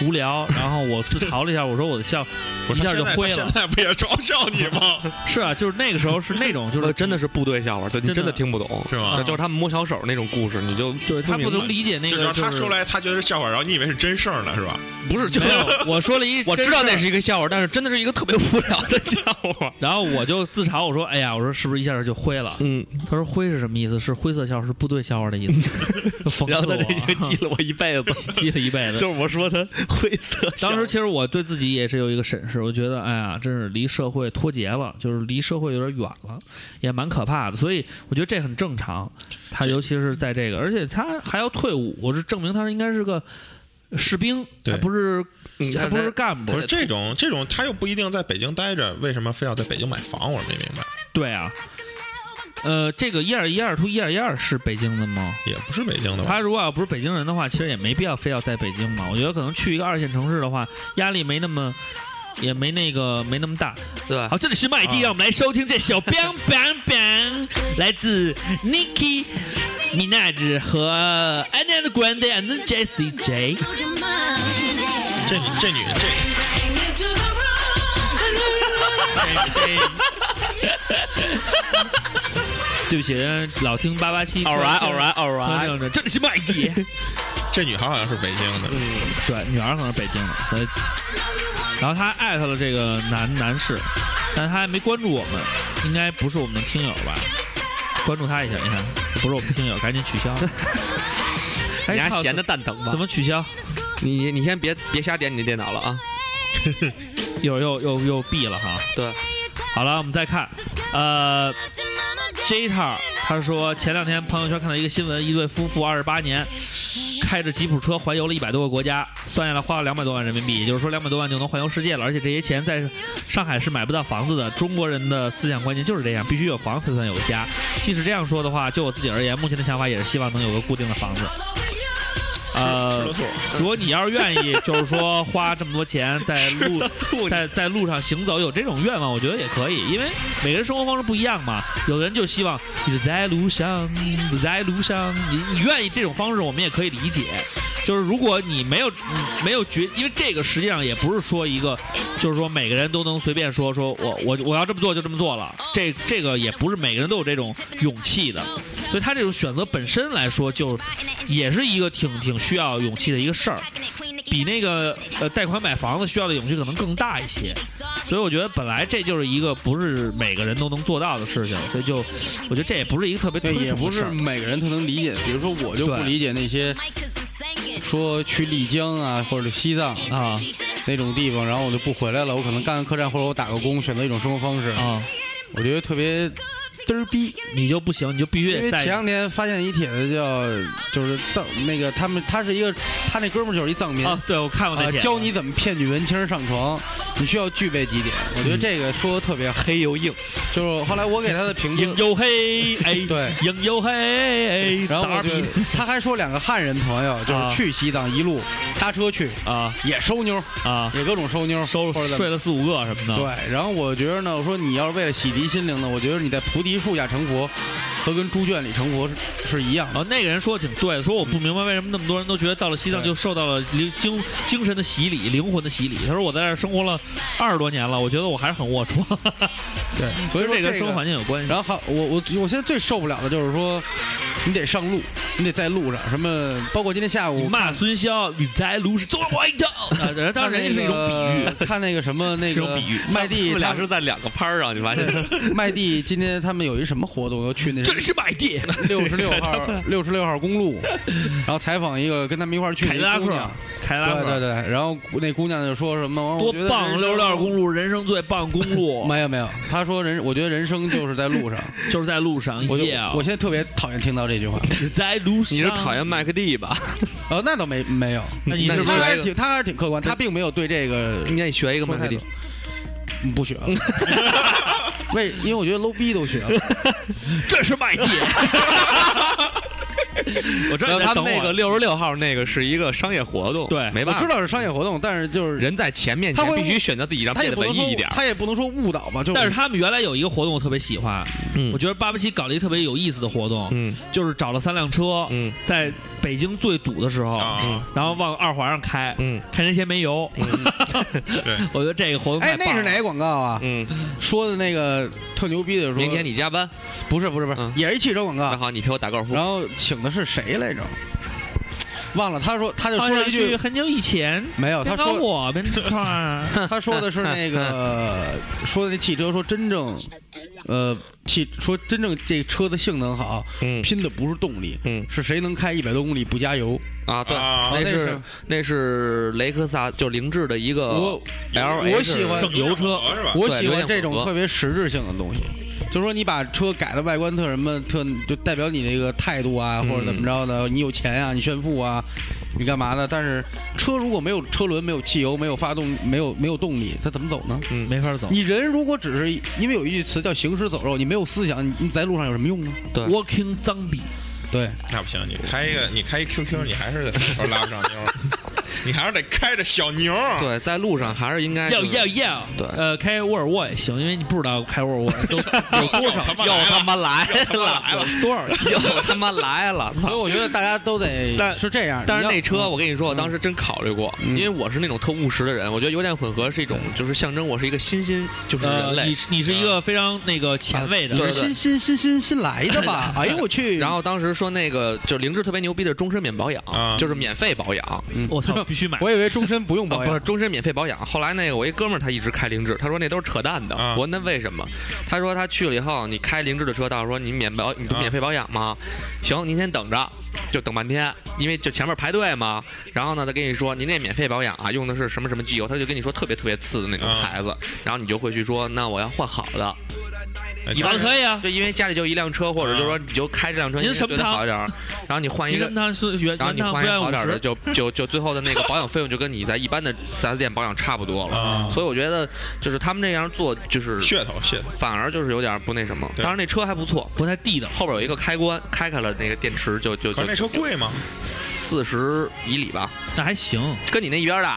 无聊，然后我自嘲了一下，我说我的笑不一是，下她就嗯现在灰她现了。在不也嘲笑你 吗？是啊，就是那个时候是那种，就是呃真的是部队笑话，对你真真的的听不懂，是吗就嗯就是他们摸小手那种故事，你就对他不明白能理解那这只个要就她是说来，她觉得是笑话，然后你以为是真事儿呢，是吧？不是就，没有，我说了一我知道那是。是一个笑话，但是真的是一个特别无聊的笑话。然后我就自嘲，我说：“哎呀，我说是不是一下就灰了嗯，？”他说：“灰是什么意思？是灰色笑话，是部队笑话的意思。”讽然刺后他我这一个记了我一辈 子，记了一辈 子。就是我说他灰色笑话。当时其实我对自己也是有一个审视，我觉得哎呀，真是离社会脱节了，就是离社会有点远了，也蛮可怕的。所以我觉得这很正常。他这尤其是在这个，而且他还要退伍，我是证明他应该是个士兵，对还不是嗯还不是干部不。是这种，这种她又不一定在北京待着，为什么非要在北京买房？我没明白，对啊，呃，这个一二一二 two 一二一二是北京的吗？也不是北京的吧？他如果要不是北京人的话，其实也没必要非要在北京嘛。我觉得可能去一个二线城市的话，压力没那么。也没那个没那么大。对 好，这里是麦地，啊让我们来收听这首《bang bang bang》，来自 Nicki Minaj 和 Ariana Grande and Jessie J。这女这女这对不起，老听八八七。 ，all right all right all 听 right，着呢这里是麦地。这女孩好像是北京嗯的，对，女儿可能是北京的，所以，然后他艾特了这个男男士，但他还没关注我们，应该不是我们的听友吧？关注他一下，你看，不是我们听友，赶紧 取消。哎你还操闲的蛋疼吧？怎么取消？你你先别别瞎点你的电脑了啊！又又又又闭了哈。对，好了，我们再看，呃，J 叉他说前两天朋友圈看到一个新闻，一对夫妇二十八年开着吉普车环游了一百多个国家，算下来花了两百多万人民币，也就是说两百多万就能环游世界了。而且这些钱在上海是买不到房子的。中国人的思想观念就是这样，必须有房才算有家。即使这样说的话，就我自己而言，目前的想法也是希望能有个固定的房 子。吃呃了，醋。如果你要是愿意，就是说花这么多钱在 路在在路上行走，有这种愿望，我觉得也可以，因为每个人生活方式不一样嘛。有的人就希望你是在路上，你在路上，你你愿意这种方式，我们也可以理解。就是如果你没有你没有觉，因为这个实际上也不是说一个，就是说每个人都能随便说说我我我要这么做就这么做了，这这个也不是每个人都有这种勇气的，所以他这种选择本身来说就也是一个挺挺需要勇气的一个事儿，比那个呃贷款买房子需要的勇气可能更大一些。所以我觉得本来这就是一个不是每个人都能做到的事情，所以就我觉得这也不是一个特别对，推也崇不的事是儿。每个人都能理解的。比如说，我就不对理解那些说去丽江啊，或者西藏啊那种地方，然后我就不回来了，我可能干个客栈或者我打个工，选择一种生活方式，啊，我觉得特别嘚儿逼。你就不行，你就必须因得为前在两天发现一帖子叫，就是藏那个他们，他是一个他那哥们儿就是一藏民啊，对我看过那啊哦帖子教你怎么骗女文青上床，你需要具备几点？我嗯觉得这个说的特别好，黑又硬，就是后来我给他的评硬分，又黑，哎，对硬又黑，哎，然后咋我就比 他还说两个汉人朋友就是去西藏一路搭车去，啊也收妞，啊，也各种收妞，收或者怎么睡了四五个什么的，对，然后我觉得呢，我说你要是为了洗涤心灵呢，我觉得你在菩提树下成佛，和跟猪圈里成佛是是一样的。然后哦那个人说的挺对的，说我不明白为什么那么多人都觉得到了西藏对就受到了灵精精神的洗礼、灵魂的洗礼。他说我在这儿生活了二十多年了，我觉得我还是很龌龊， 对，所跟以说这这跟生活环境有关系。然后还我我我现在最受不了的就是说，你得上路，你得在路上，什么包括今天下你午骂孙骁，你在路是做我 一道，啊当然人家是一种比喻， 看那个什么那是种个比喻麦他地们他俩是在两个拍儿上，你发现？ 麦地今天他们有一什么活动，又去那喻，这里是麦地， 六十六 号六十六号公路，然后采访一个跟他们一块儿去凯迪拉的姑克娘，，凯迪拉对对克，对，然后那姑娘就说什么多棒！六十六号公路。路，人生最棒公 路，没有没有，他说人，我觉得人生就是在 路上。就是在路上我就夜啊我，现在特别讨厌听到这句话。是在路上。你是讨厌麦克蒂吧？呃，那倒没没有，那你是不他是还是挺他还是挺客观，他并没有对这个那 你学一个麦克蒂说，嗯不学 了。为因为我觉得 low 逼都学了，这是 麦地？ 我知然后道你在他们等那个我。六十六号那个是一个商业活动，对没我办知法，道是商业活动，但是就是人在钱面他前会必须选择自己，让他变也得不能文说艺一点儿。他也不能说误导吧，就但是他们原来有一个活动我特别喜欢，嗯我觉得八八七搞了一个特别有意思的活动，嗯就是找了三辆车，嗯在北京最堵的时候，啊，然后往二环上开，嗯看谁先没油。 对，我觉得这个活动哎太，棒那了是哪个广告啊？嗯，说的那个特牛逼的说，明天你加班，不是不是不是嗯，也是一汽车广告那，好，你陪我打高尔夫然。后请的是谁来着？忘了，他说他就好说想了一句去很久以前，没有，哦他边搞说我边串，啊 他说的是那个说的那汽车，说真正，呃，汽说真正这车的性能好，嗯拼的不是动力，嗯是谁能开一百多公里不加油？啊，对，啊哦那那是是那是雷克萨，就是凌志的一个我 L 哎我喜欢省油车是吧？我啊对喜有点欢这种混合特别实质性的东西，就是说你把车改的外观特什么特，就代表你那个态度啊，嗯或者怎么着的，你有钱啊，你炫富啊，你干嘛的？但是车如果没有车轮、没有汽油、没有发动、没有没有动力，它怎么走呢？嗯没法走。你人如果只是因为有一句词叫行尸走肉，你没有思想，你你在路上有什么用呢？ Walking 脏比，对，那不行，你开一个，你开一 QQ，你还是在手拉不上妞儿，你还是得开着小牛儿。对，在路上还是应该要就是要要，对呃，开沃尔沃也行，因为你不知道开沃尔沃都有多少他妈又来他了，妈来了，来了多少钱。又他妈来 了，所以操！我觉得大家都得但是这样。 但是你要那车，我跟你说，我当时真考虑过，因为我是那种特务实的人，我觉得油电混合是一种，就是象征我是一个新兴，就是人呃，你类。啊是你是一个非常那个前卫的，你对是新新新新新 来的吧？哎呦我去！然后当时说那个就是凌志特别牛逼的终身免保养啊，就是免费保养， 我 操，必须买。我以为终身不用啊，保不养是，终身免费保养。后来那个我一哥们儿他一直开凌志，他说那都是扯淡的。啊我问他为什么，他说他去了以后，你开凌志的车，到时候你免保，你不啊免费保养吗？行，您先等着，就等半天，因为就前面排队嘛。然后呢，他跟你说您这免费保养啊，用的是什么什么机油，他就跟你说特别特别次的那种啊牌子，然后你就会去说，那我要换好的，哎你完就是可以啊，就因为家里就一辆车，或者就是说你就开这辆车，您应该什么对它汤好一点儿，然后你换一你个跟他说原然后原你汤换不一个愿好五点儿的，十，就就就最后的那个保养费用就跟你在一般的 4S 店保养差不多了啊。所以我觉得就是他们这样做，就是噱头噱头，反而就是有点不那什么。对当然那车还不错，不太地道。后边有一个开关，开开了那个电池就就就可是那车贵吗？四十以里吧，那还行，跟你那一边的，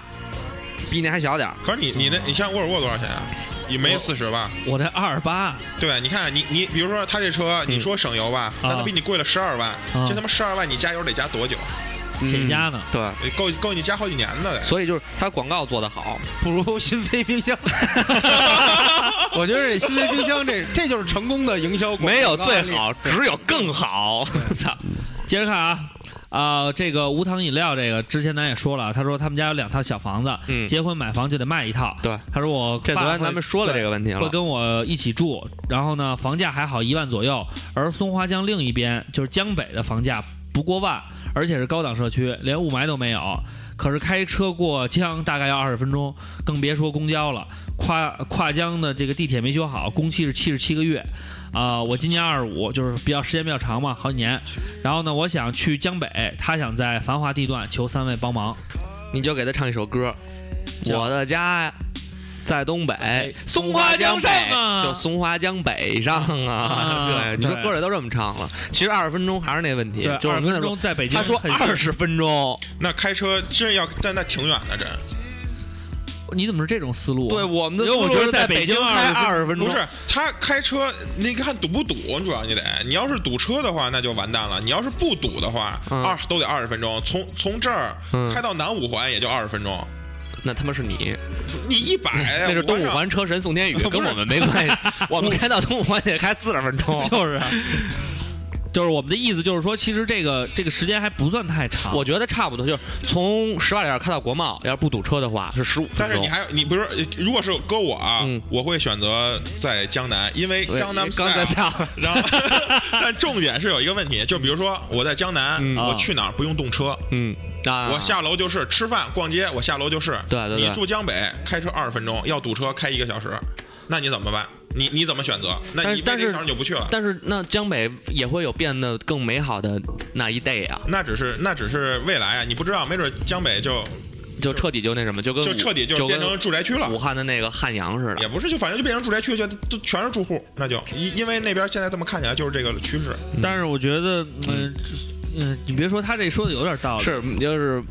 比你那还小点儿。嗯可是你你那你像沃尔沃多少钱啊？也没四十吧？我这二十八，对吧？你看啊你你比如说他这车，你说省油吧，但它比你贵了十二万啊，这他妈十二万你加油得加多久？嗯呃谁家呢？对，够够你加好几年的得。所以就是它广告做得 好，不如新飞冰 箱。我觉得这新飞冰箱这这就是成功的营销广告没有最案例好，只有更好。操，接着看啊。啊、这个无糖饮料，这个之前咱也说了，啊他说他们家有两套小房子，嗯结婚买房就得卖一套。对，他说我 这昨爸天咱会们说了这个问题会了。跟我一起住，然后呢，房价还好，一万左右。而松花江另一边就是江北的房价不过万，而且是高档社区，连雾霾都没有。可是开车过江大概要二十分钟，更别说公交了。跨跨江的这个地铁没修好，工期是七十七个月。啊、我今年二十五，就是比较时间比较长嘛，好几年。然后呢，我想去江北，他想在繁华地段求三位帮忙。你就给他唱一首歌，《叫我的家》在东北，哎松花江上啊就松花江北上啊啊。对，你说对歌里都这么唱了，其实二十分钟还是那问题，对，就是二我十们分钟在北京他说很二十分钟，那开车这要，但那挺远的，这你怎么是这种思路啊？对我们的因为我思路觉得是在在北京京开二20。十分钟不，是他开车，你看堵不堵？主要你得，你要是堵车的话，那就完蛋了。你要是不堵的话，嗯二都得二十分钟，从从这儿嗯开到南五环也就二十分钟，那他妈是你，你一百嗯那是东五环车神宋天宇，不是跟我们没 关系。我们开到东五环得开四十分钟 就是啊，就是我们的意思就是说，其实这个这个时间还不算太长。我觉得差不多，就是从十八里店开到国贸，要是不堵车的话是十五分钟。但是你还你不是，如果是搁我啊，嗯我会选择在江南，因为对江南刚才 style。下，然后， 但重点是有一个问题，就比如说我在江南，嗯我去哪儿不用动车，嗯啊，我下楼就是吃饭、逛街，我下楼就是。对对对你住江北，开车二十分钟，要堵车开一个小时，那你怎么办？你你怎么选择？那但你但那是小时你就不去了。但是那江北也会有变得更美好的那一 day 啊，那只是那只是未来啊，你不知道，没准江北就就彻底就那什么，就跟就彻底就就变成跟住宅区了武。汉的那个汉阳似的。也不是，就反正就变成住宅区，就都全是住户，那就因因为那边现在这么看起来就是这个趋势。但是我觉得，嗯嗯，你别说他这说的有点道理，是，就是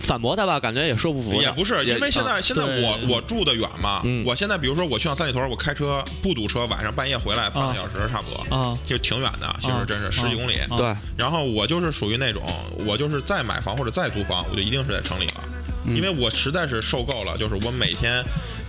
反驳他吧，感觉也啊说不服他。也不是，因为现在现在对我我住的远嘛嗯，我现在比如说我去趟三里屯，我开车不堵车，晚上半夜回来半个小时差不多，啊就挺远的，其实真是啊十几公里。啊对，然后我就是属于那种，我就是再买房或者再租房，我就一定是在城里了，嗯因为我实在是受够了，就是我每天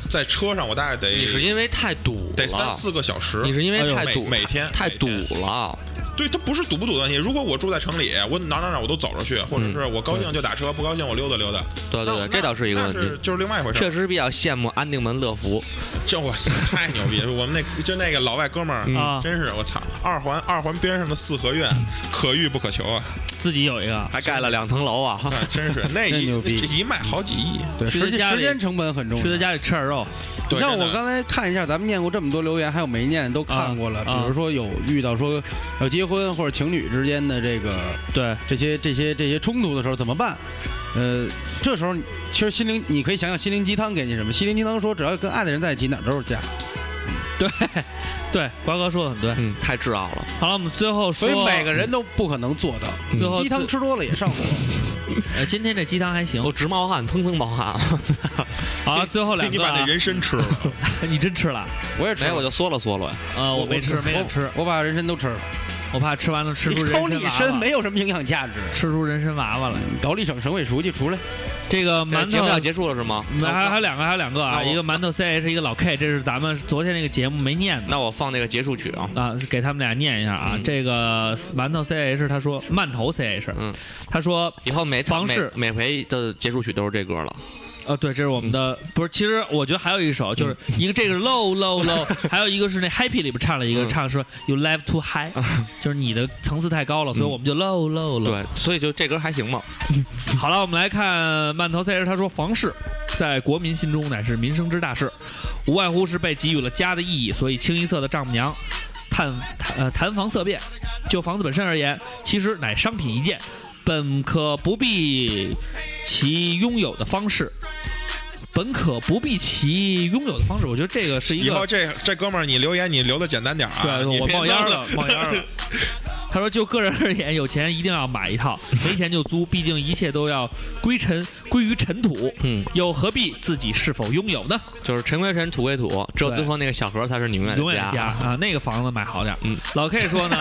在车上，我大概得你是因为太堵了，得三四个小时。你是因为太每堵，每天太每堵天了。对，它不是堵不堵的问题。如果我住在城里，我哪哪哪我都走着去，或者是我高兴就打车，不高兴我溜达溜达。对对那对，那这倒是一个那问题是。就是另外一回事确 儿。实比较羡慕安定门乐福，这我 操太牛逼！了！我们那就那个老外哥们儿，嗯啊真是我操！二环二环边上的四合院，可遇不可求啊！自己有一个。还盖了两层楼啊。 啊真是那真一牛逼这一卖好几亿。对，去时他间家时里间成本很重要。去他家里吃点肉，对你像真的我刚才看一下，咱们念过这么多留言，还有没念都看过了。啊比啊如说有遇到说要结婚或者情侣之间的这个对，这些这些这些冲突的时候怎么办？呃，这时候其实心灵你可以想想心灵鸡汤给你什么？心灵鸡汤说只要跟爱的人在一起，哪儿都是家。对，对，瓜哥说的很对。嗯，太炙傲了。好了，我们最后所说，以每个人都不可能做到。最后鸡汤吃多了也上火。 呃，今天这鸡汤还行我。直冒汗，蹭蹭冒汗。好，最后被两你个把啊那，人参吃了，你真吃了？我也吃没了，有，我就缩了缩了。啊，我没吃，没敢我吃，我把人参都吃了。我怕吃完了啊吃出人抠你参娃参娃没，有什么营养价值。吃出人参娃娃来。搞了一省省委书记出来，这个哎馒节目要头结束了是吗？还还有两个，还有两个啊，那我一个馒头 CH，一个老 K，这是咱们昨天那个节目没念的那我放那个结束曲啊。啊，给他们俩念一下啊。嗯这个馒头 CH 他说馒头 CH，嗯他说以后每方式每每回的结束曲都是这歌了。呃，对，这是我们的嗯不是，其实我觉得还有一首，就是一个这个 low low low，还有一个是那 happy 里边唱了一个嗯唱说 you live too high，就是你的层次太高了，嗯所以我们就 low low low。对，所以就这歌还行吧。好了，我们来看曼头赛事。他说，房市在国民心中乃是民生之大事，无外乎是被给予了家的意义，所以清一色的丈母娘。谈谈呃谈房色变，就房子本身而言，其实乃商品一件，本可不必其拥有的方式，本可不必其拥有的方式。我觉得这个是一以个后这这哥们儿你留言你留的简单点儿啊！对，你我别冒烟弄了，冒烟了。他说：“就个人而言，有钱一定要买一套，没钱就租，毕竟一切都要归尘归于尘土，嗯，又何必自己是否拥有呢？就是尘归尘，土归土，只有对最后那个小盒才是你永远的永远 家啊，那个房子买好点儿。嗯老 K 说呢，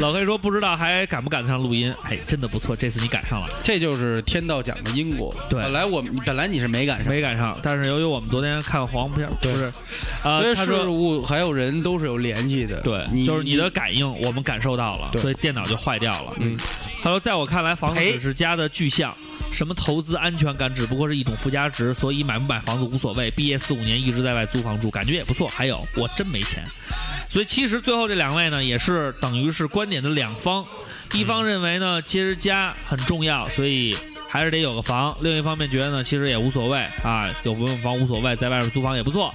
老 K 说不知道还赶不赶得上录音，哎，真的不错，这次你赶上了，这就是天道讲的因果。对本来我们本来你是没赶上，没赶上。但是由于我们昨天看黄片儿，不对是，呃，所以他事说物还有人都是有联系的。对，你就是你的感应，我们感受到了，对所以电脑就坏掉了。嗯，他说，在我看来，房子赔只是家的具象，什么投资安全感只不过是一种附加值，所以买不买房子无所谓。毕业四五年一直在外租房住，感觉也不错。还有，我真没钱。所以其实最后这两位呢，也是等于是观点的两方，一方认为呢，其实家很重要，所以还是得有个房。另一方面觉得呢，其实也无所谓啊，有不用房无所谓，在外面租房也不错。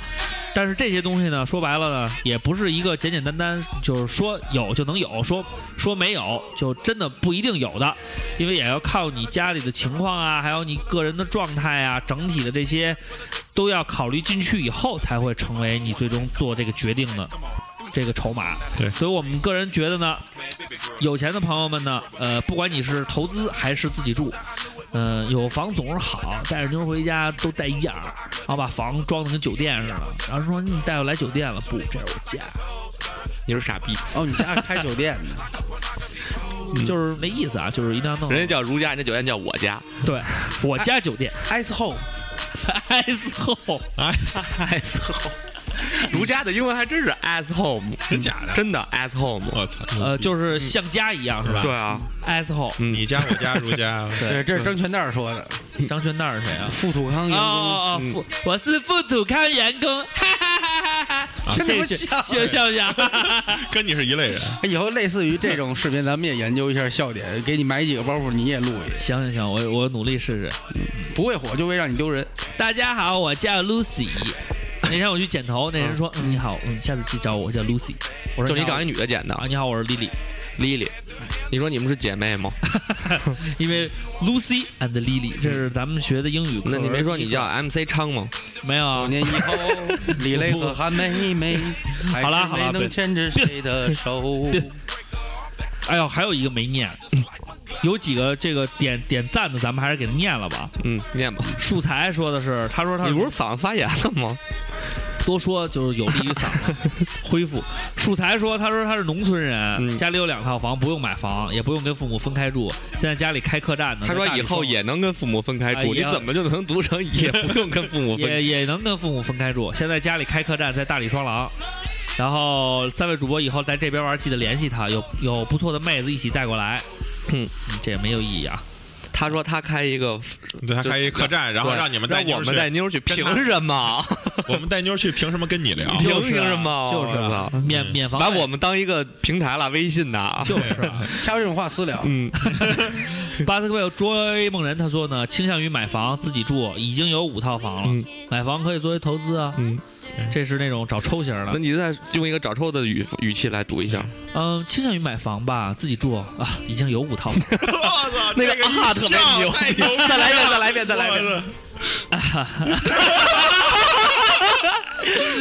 但是这些东西呢，说白了呢，也不是一个简简单单就是说有就能有，说说没有就真的不一定有的，因为也要靠你家里的情况啊，还有你个人的状态啊，整体的这些都要考虑进去以后，才会成为你最终做这个决定的这个筹码。对所以我们个人觉得呢，有钱的朋友们呢，呃，不管你是投资还是自己住，嗯、有房总是好，带着妞回家都带一样儿，然后把房装的跟酒店似的，然后说你带我来酒店了，不，这是我家，你是傻逼，哦，你家是开酒店 的，就是没意思啊，就是一定要弄人家叫如家，人家酒店叫我家，对我家酒 店 ice home， ice home 哎， as home。如家的英文还真是 as home，真假的？真的 as home。我操！呃，就是像家一样是吧？对啊， ，ice home 你家我家如家，对，这是张全蛋说的，张全蛋是谁啊？富土康 哦员工，哦哦，富，我是富土康员工，哈哈哈哈哈！真他啊这妈是像学像不像？跟你是一类人。 以后类似于这种视频，咱们也研究一下笑点，给你买几个包袱，你也录一 行行行，我我努力试试。不会火就会让你丢人。大家好，我叫 Lucy。那天我去剪头，那人说：“嗯，你好，嗯，下次记找我，我叫 Lucy。”我说：“就你好找一女的捡的啊，你好，我是 Lily， ，Lily，你说你们是姐妹吗？因为 Lucy and Lily，这是咱们学的英语课嗯文。那你没说你叫 MC 昌吗？没有五啊？年以后，李雷和韩梅梅，还 好啦是好啦没能别牵着谁的手。哎呦，还有一个没念，有几个这个点点赞的，咱们还是给念了吧。嗯，念吧。树才说的是，他说他你不是嗓子发炎了吗？多说就是有利于嗓子 恢复。树才说，他说他是农村人，嗯家里有两套房，不用买房，也不用跟父母分开住，现在家里开客栈呢。他在说大理以后生活也能跟父母分开哎住，也你怎么就能读成也不用跟父母分开？也也能跟父母分开住。现在家里开客栈，在大理双廊。然后三位主播以后在这边玩，记得联系他，有有不错的妹子一起带过来。嗯，这也没有意 义啊。他说他开一个，对他开一客栈，然后对让你们带让妞我儿们带 去，妞儿去，跟凭他什么？我们带妞儿去，凭什么跟 你聊？凭就是啊什么就是啊我操免嗯免房 费把我们当一个平台了，微信的啊。就是啊。下回这种话私聊，嗯，巴斯克有追梦人他说呢，倾向于买房自己住，已经有五套房了，嗯买房可以作为投资啊。嗯，这是那种找抽型那的，你再用一个找抽的语语气来读一下，嗯，倾向于买房吧，自己住啊，已经有五套房了。 我操，那个这一啊特别笑牛太牛逼 了！再来一遍再来一遍再来一遍我操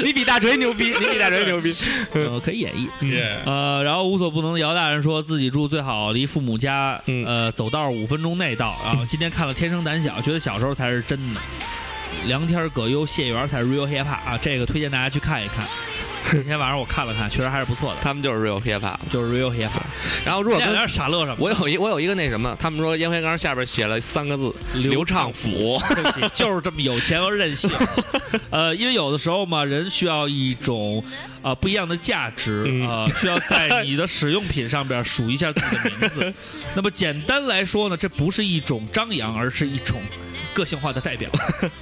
你比大锤牛 逼，你比大锤牛逼。嗯呃，可以演绎。耶呃，然后无所不能的姚大人说自己住最好离父母家，嗯呃，走道五分钟内到。然 后今天看了《天生胆小》，觉得小时候才是真的。梁天儿、葛优、谢元儿才是 real hip hop 啊，这个推荐大家去看一看。今天晚上我看了看，确实还是不错的，他们就是 real hip hop。就是 real hip hop。然后如这果两跟点傻乐什么我的？有一我有一个那什么，他们说烟灰缸下边写了三个字流畅府， 对不起，就是这么有钱和任 性。呃，因为有的时候嘛，人需要一种呃不一样的价值，嗯呃，需要在你的使用品上边数一下自己的名 字。那么简单来说呢，这不是一种张扬，而是一种个性化的代表，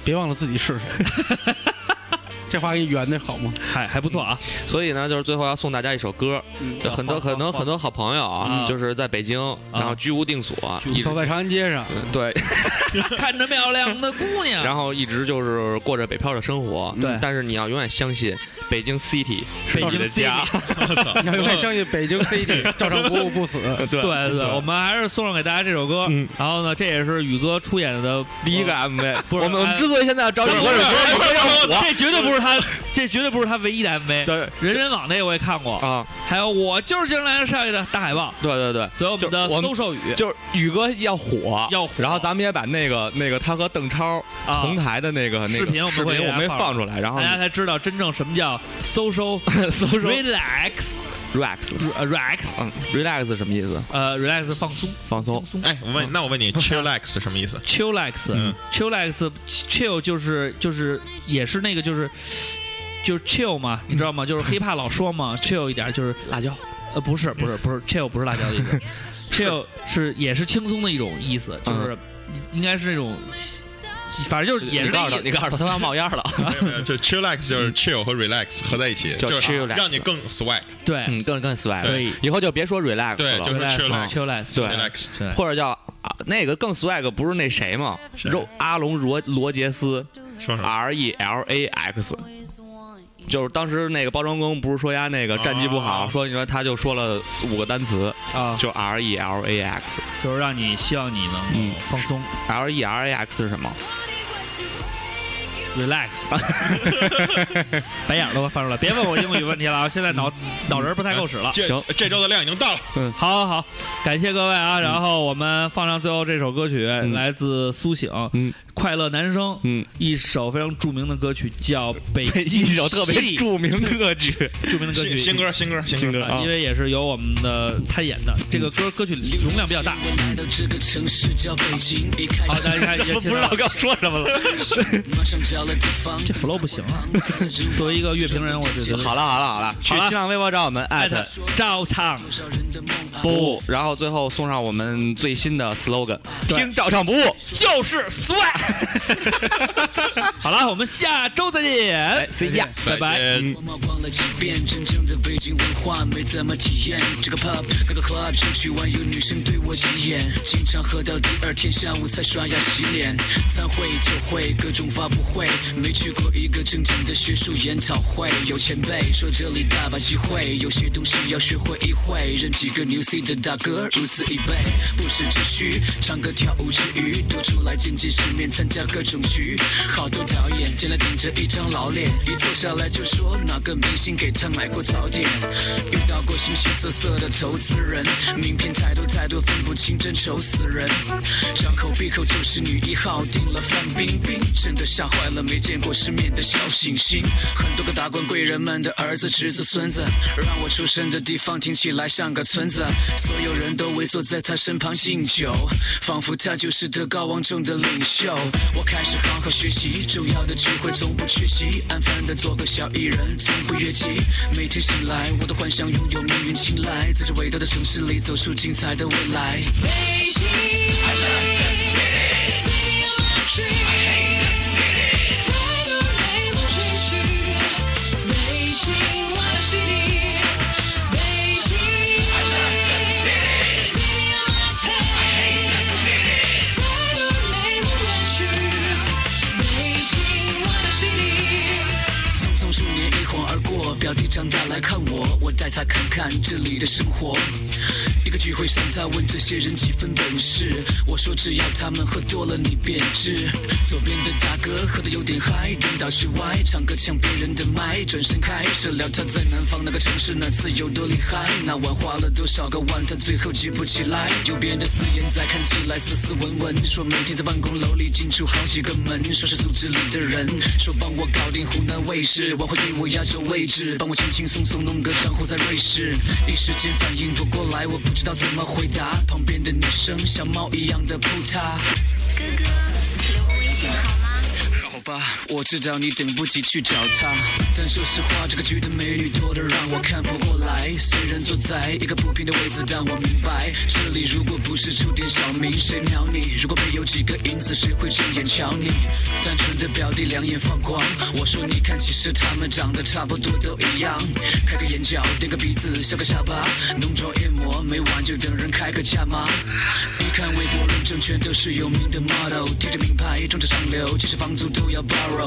别忘了自己是谁。 这话给你圆的好吗？还还不 错啊。所以呢，就是最后要送大家一首歌，就很多放很多放很多好朋友啊，啊就是在北京，然后居无定所，一直走在长安街上，嗯 对，看着漂亮的姑娘，然后一直就是过着北漂的生活，对但是你要永远相信北京 City 是北你京的家， 我操！你要永远相信北京 CD 照 常不误不死。对对对对，我们还是送上给大家这首歌。嗯然后呢，这也是宇哥出演的第一个 MV，不是我们哎我们之所以现在要找你，不我是是不是觉不得是要我这绝对不是他，这绝对不是他唯一的 MV。对人人网那个我也看过，啊，还有我就是京来少爷的大海报，对对对。所以我们的就是我们搜售语就是宇哥要火，要火然后咱们也把那个那个他和邓超啊，同台的那个那个视频我们视会给频我大家们放放出来，然后大家才知道真正什么叫搜售 relax relax，呃 relax 嗯，relax 是什么意思？呃 relax 放松放松放松哎，我问，那我问你，chillax 什么意思？ chillax 嗯 chillax chill 就是就是也是那个就是。就是 chill 嘛，你知道吗？就是 hiphop 老说嘛，chill 一点就是辣椒，呃，不是，不是，不是，chill 不是辣椒的意思，chill 是也是轻松的一种意思，嗯就是应该是那种，反正就是也你是告那诉意他，你告诉他，他要冒烟 了。没有没有，就 chillax 就是 chill 和 relax 合在一起，叫就是 chillax 让你更 swag，对嗯，更更 swag，所以以后就别说 relax 对了，就是 relax 嘛 chillax chillax， chillax， chillax，或者叫啊那个更 swag 不是那谁吗？谁肉阿隆罗罗杰斯说什么？ R E L A X，就是当时那个包装工不是说呀那个战绩不好，啊说你说他就说了四五个单词，啊，就 R E L A X，L 就是让你希望你能嗯够放松 E L A X 是什么？ ，relax，白眼儿都快翻出来。别问我英语问题了，啊，现在脑嗯脑仁儿不太够使了。这行这周的量已经到了，好好好，感谢各位啊！嗯然后我们放上最后这首歌曲，来自苏醒，嗯，快乐男生，嗯，一首非常著名的歌曲叫《 北一首特别西著名的歌曲，著名的歌曲新新歌新歌新新歌歌，啊啊嗯因。为也是由我们的参演的，这个歌歌曲容量比较大。来到这个城市叫北京，一开好，始大 家看，也不知道刚说什么了。马上找了地方。这 flow 不行啊。作为一个乐评人，我觉得好了好了好了，去好了新浪微博找我们艾艾特特照唱，不误，然后最后送上我们最新的 slogan：对听照唱不误。就是 swag。好了，我们下周再见哎，see ya 再拜拜。见我们逛了几遍，真正的北京文化没怎么体验。这个 pub 各个 club 进去玩，有女生对我急眼，经常喝到第二天下午才刷牙洗脸。参会、酒会、各种发布会，没去过一个正经的学术研讨会。有前辈说这里大把机会，有些东西要学会一会，认几个牛 C 的大哥，如此一辈，不时之需。唱歌跳舞之余，多出来见见世面，参加各种局。好多导演进来顶着一张老脸，一坐下来就说哪个明星给他买过槽点。遇到过形形色色的投资人，名片太多太多分不清，真愁死人。张口闭口就是女一号，定了范冰冰，真的吓坏了没见过世面的小行星。很多个达官贵人们的儿子、侄子、孙子，让我出生的地方听起来像个村子。所有人都围坐在他身旁敬酒，仿佛他就是德高望重的领袖。我开始好好学习，重要的聚会从不缺席，安分的做个小艺人，从不越级。每天醒来，我都幻想拥有命运青睐，在这伟大的城市里走出精彩的未来。匆匆数年一晃而过，表弟长大来看我，我带他看看这里的生活。一个聚会上，他问这些人几分本事，我说只要他们喝多了你便知。左边的大哥喝得有点嗨，领导是歪，唱歌抢别人的麦，转身开始聊他在南方那个城市哪次有多厉害，那晚花了多少个碗，他最后记不起来。右边的四眼仔看起来斯斯文文，说每天在办公楼里进出好几个门，说是组织里的人，说帮我搞定湖南卫视，晚会给我压轴位置，帮我轻轻松松弄个账户在瑞士。一时间反应不过来，我不知道怎么回答。旁边的女生像猫一样的扑他。好吧，我知道你等不及去找她，但说实话，这个局的美女多得让我看不过来。虽然坐在一个不平的位置，但我明白，这里如果不是出点小名，谁鸟你？如果没有几个银子，谁会正眼瞧你？单纯的表弟两眼放光，我说你看，其实他们长得差不多都一样，开个眼角，垫个鼻子，削个下巴，浓妆艳抹，没完就等人开个价吗？一看微博认证全都是有名的 model，贴着名牌装着上流，其实房租都要 borrow。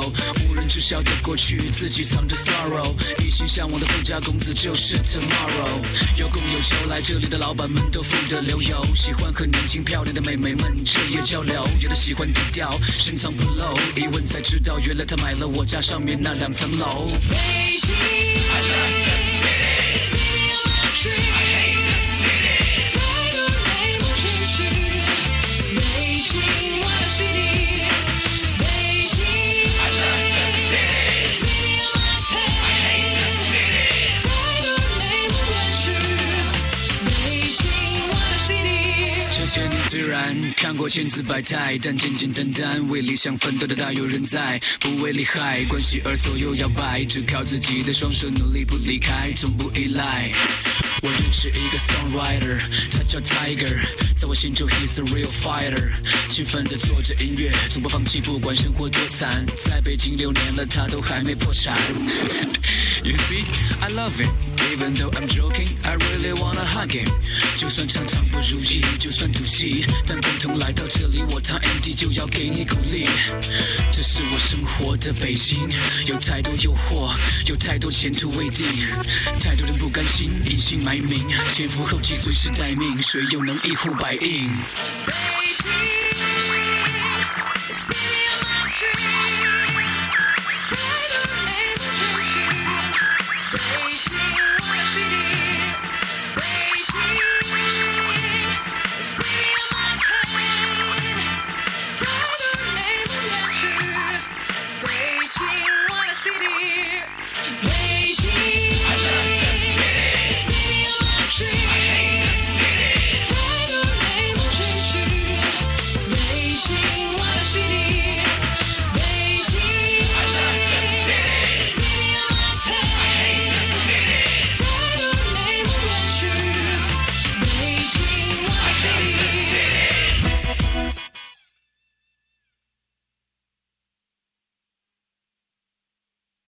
无人知晓的过去，自己藏着 sorrow。一心向往的富家公子就是 tomorrow。有供有求，来这里的老板们都富得流油，喜欢和年轻漂亮的美眉们彻夜交流。有的喜欢低调，深藏不露，一问才知道，原来他买了我家上面那两层楼。这些年虽然看过千姿百态，但简简单单为理想奋斗的大有人在，不为利害关系而左右摇摆，只靠自己的双手努力不离开，从不依赖。我认识一个 songwriter，他叫 Tiger，在我心中 he's a real fighter，勤奋地做着音乐，从不放弃，不管生活多惨，在北京六年了，他都还没破产。you see, I love it, even though I'm joking, I really wanna hug him。就算常常不如意，就算赌气，力，但共同来到这里，我堂 MD 就要给你鼓励。这是我生活的北京，有太多诱惑，有太多前途未定，太多人不甘心，隐姓埋名，前赴后继，随时待命，谁又能一呼百应？ Thank you.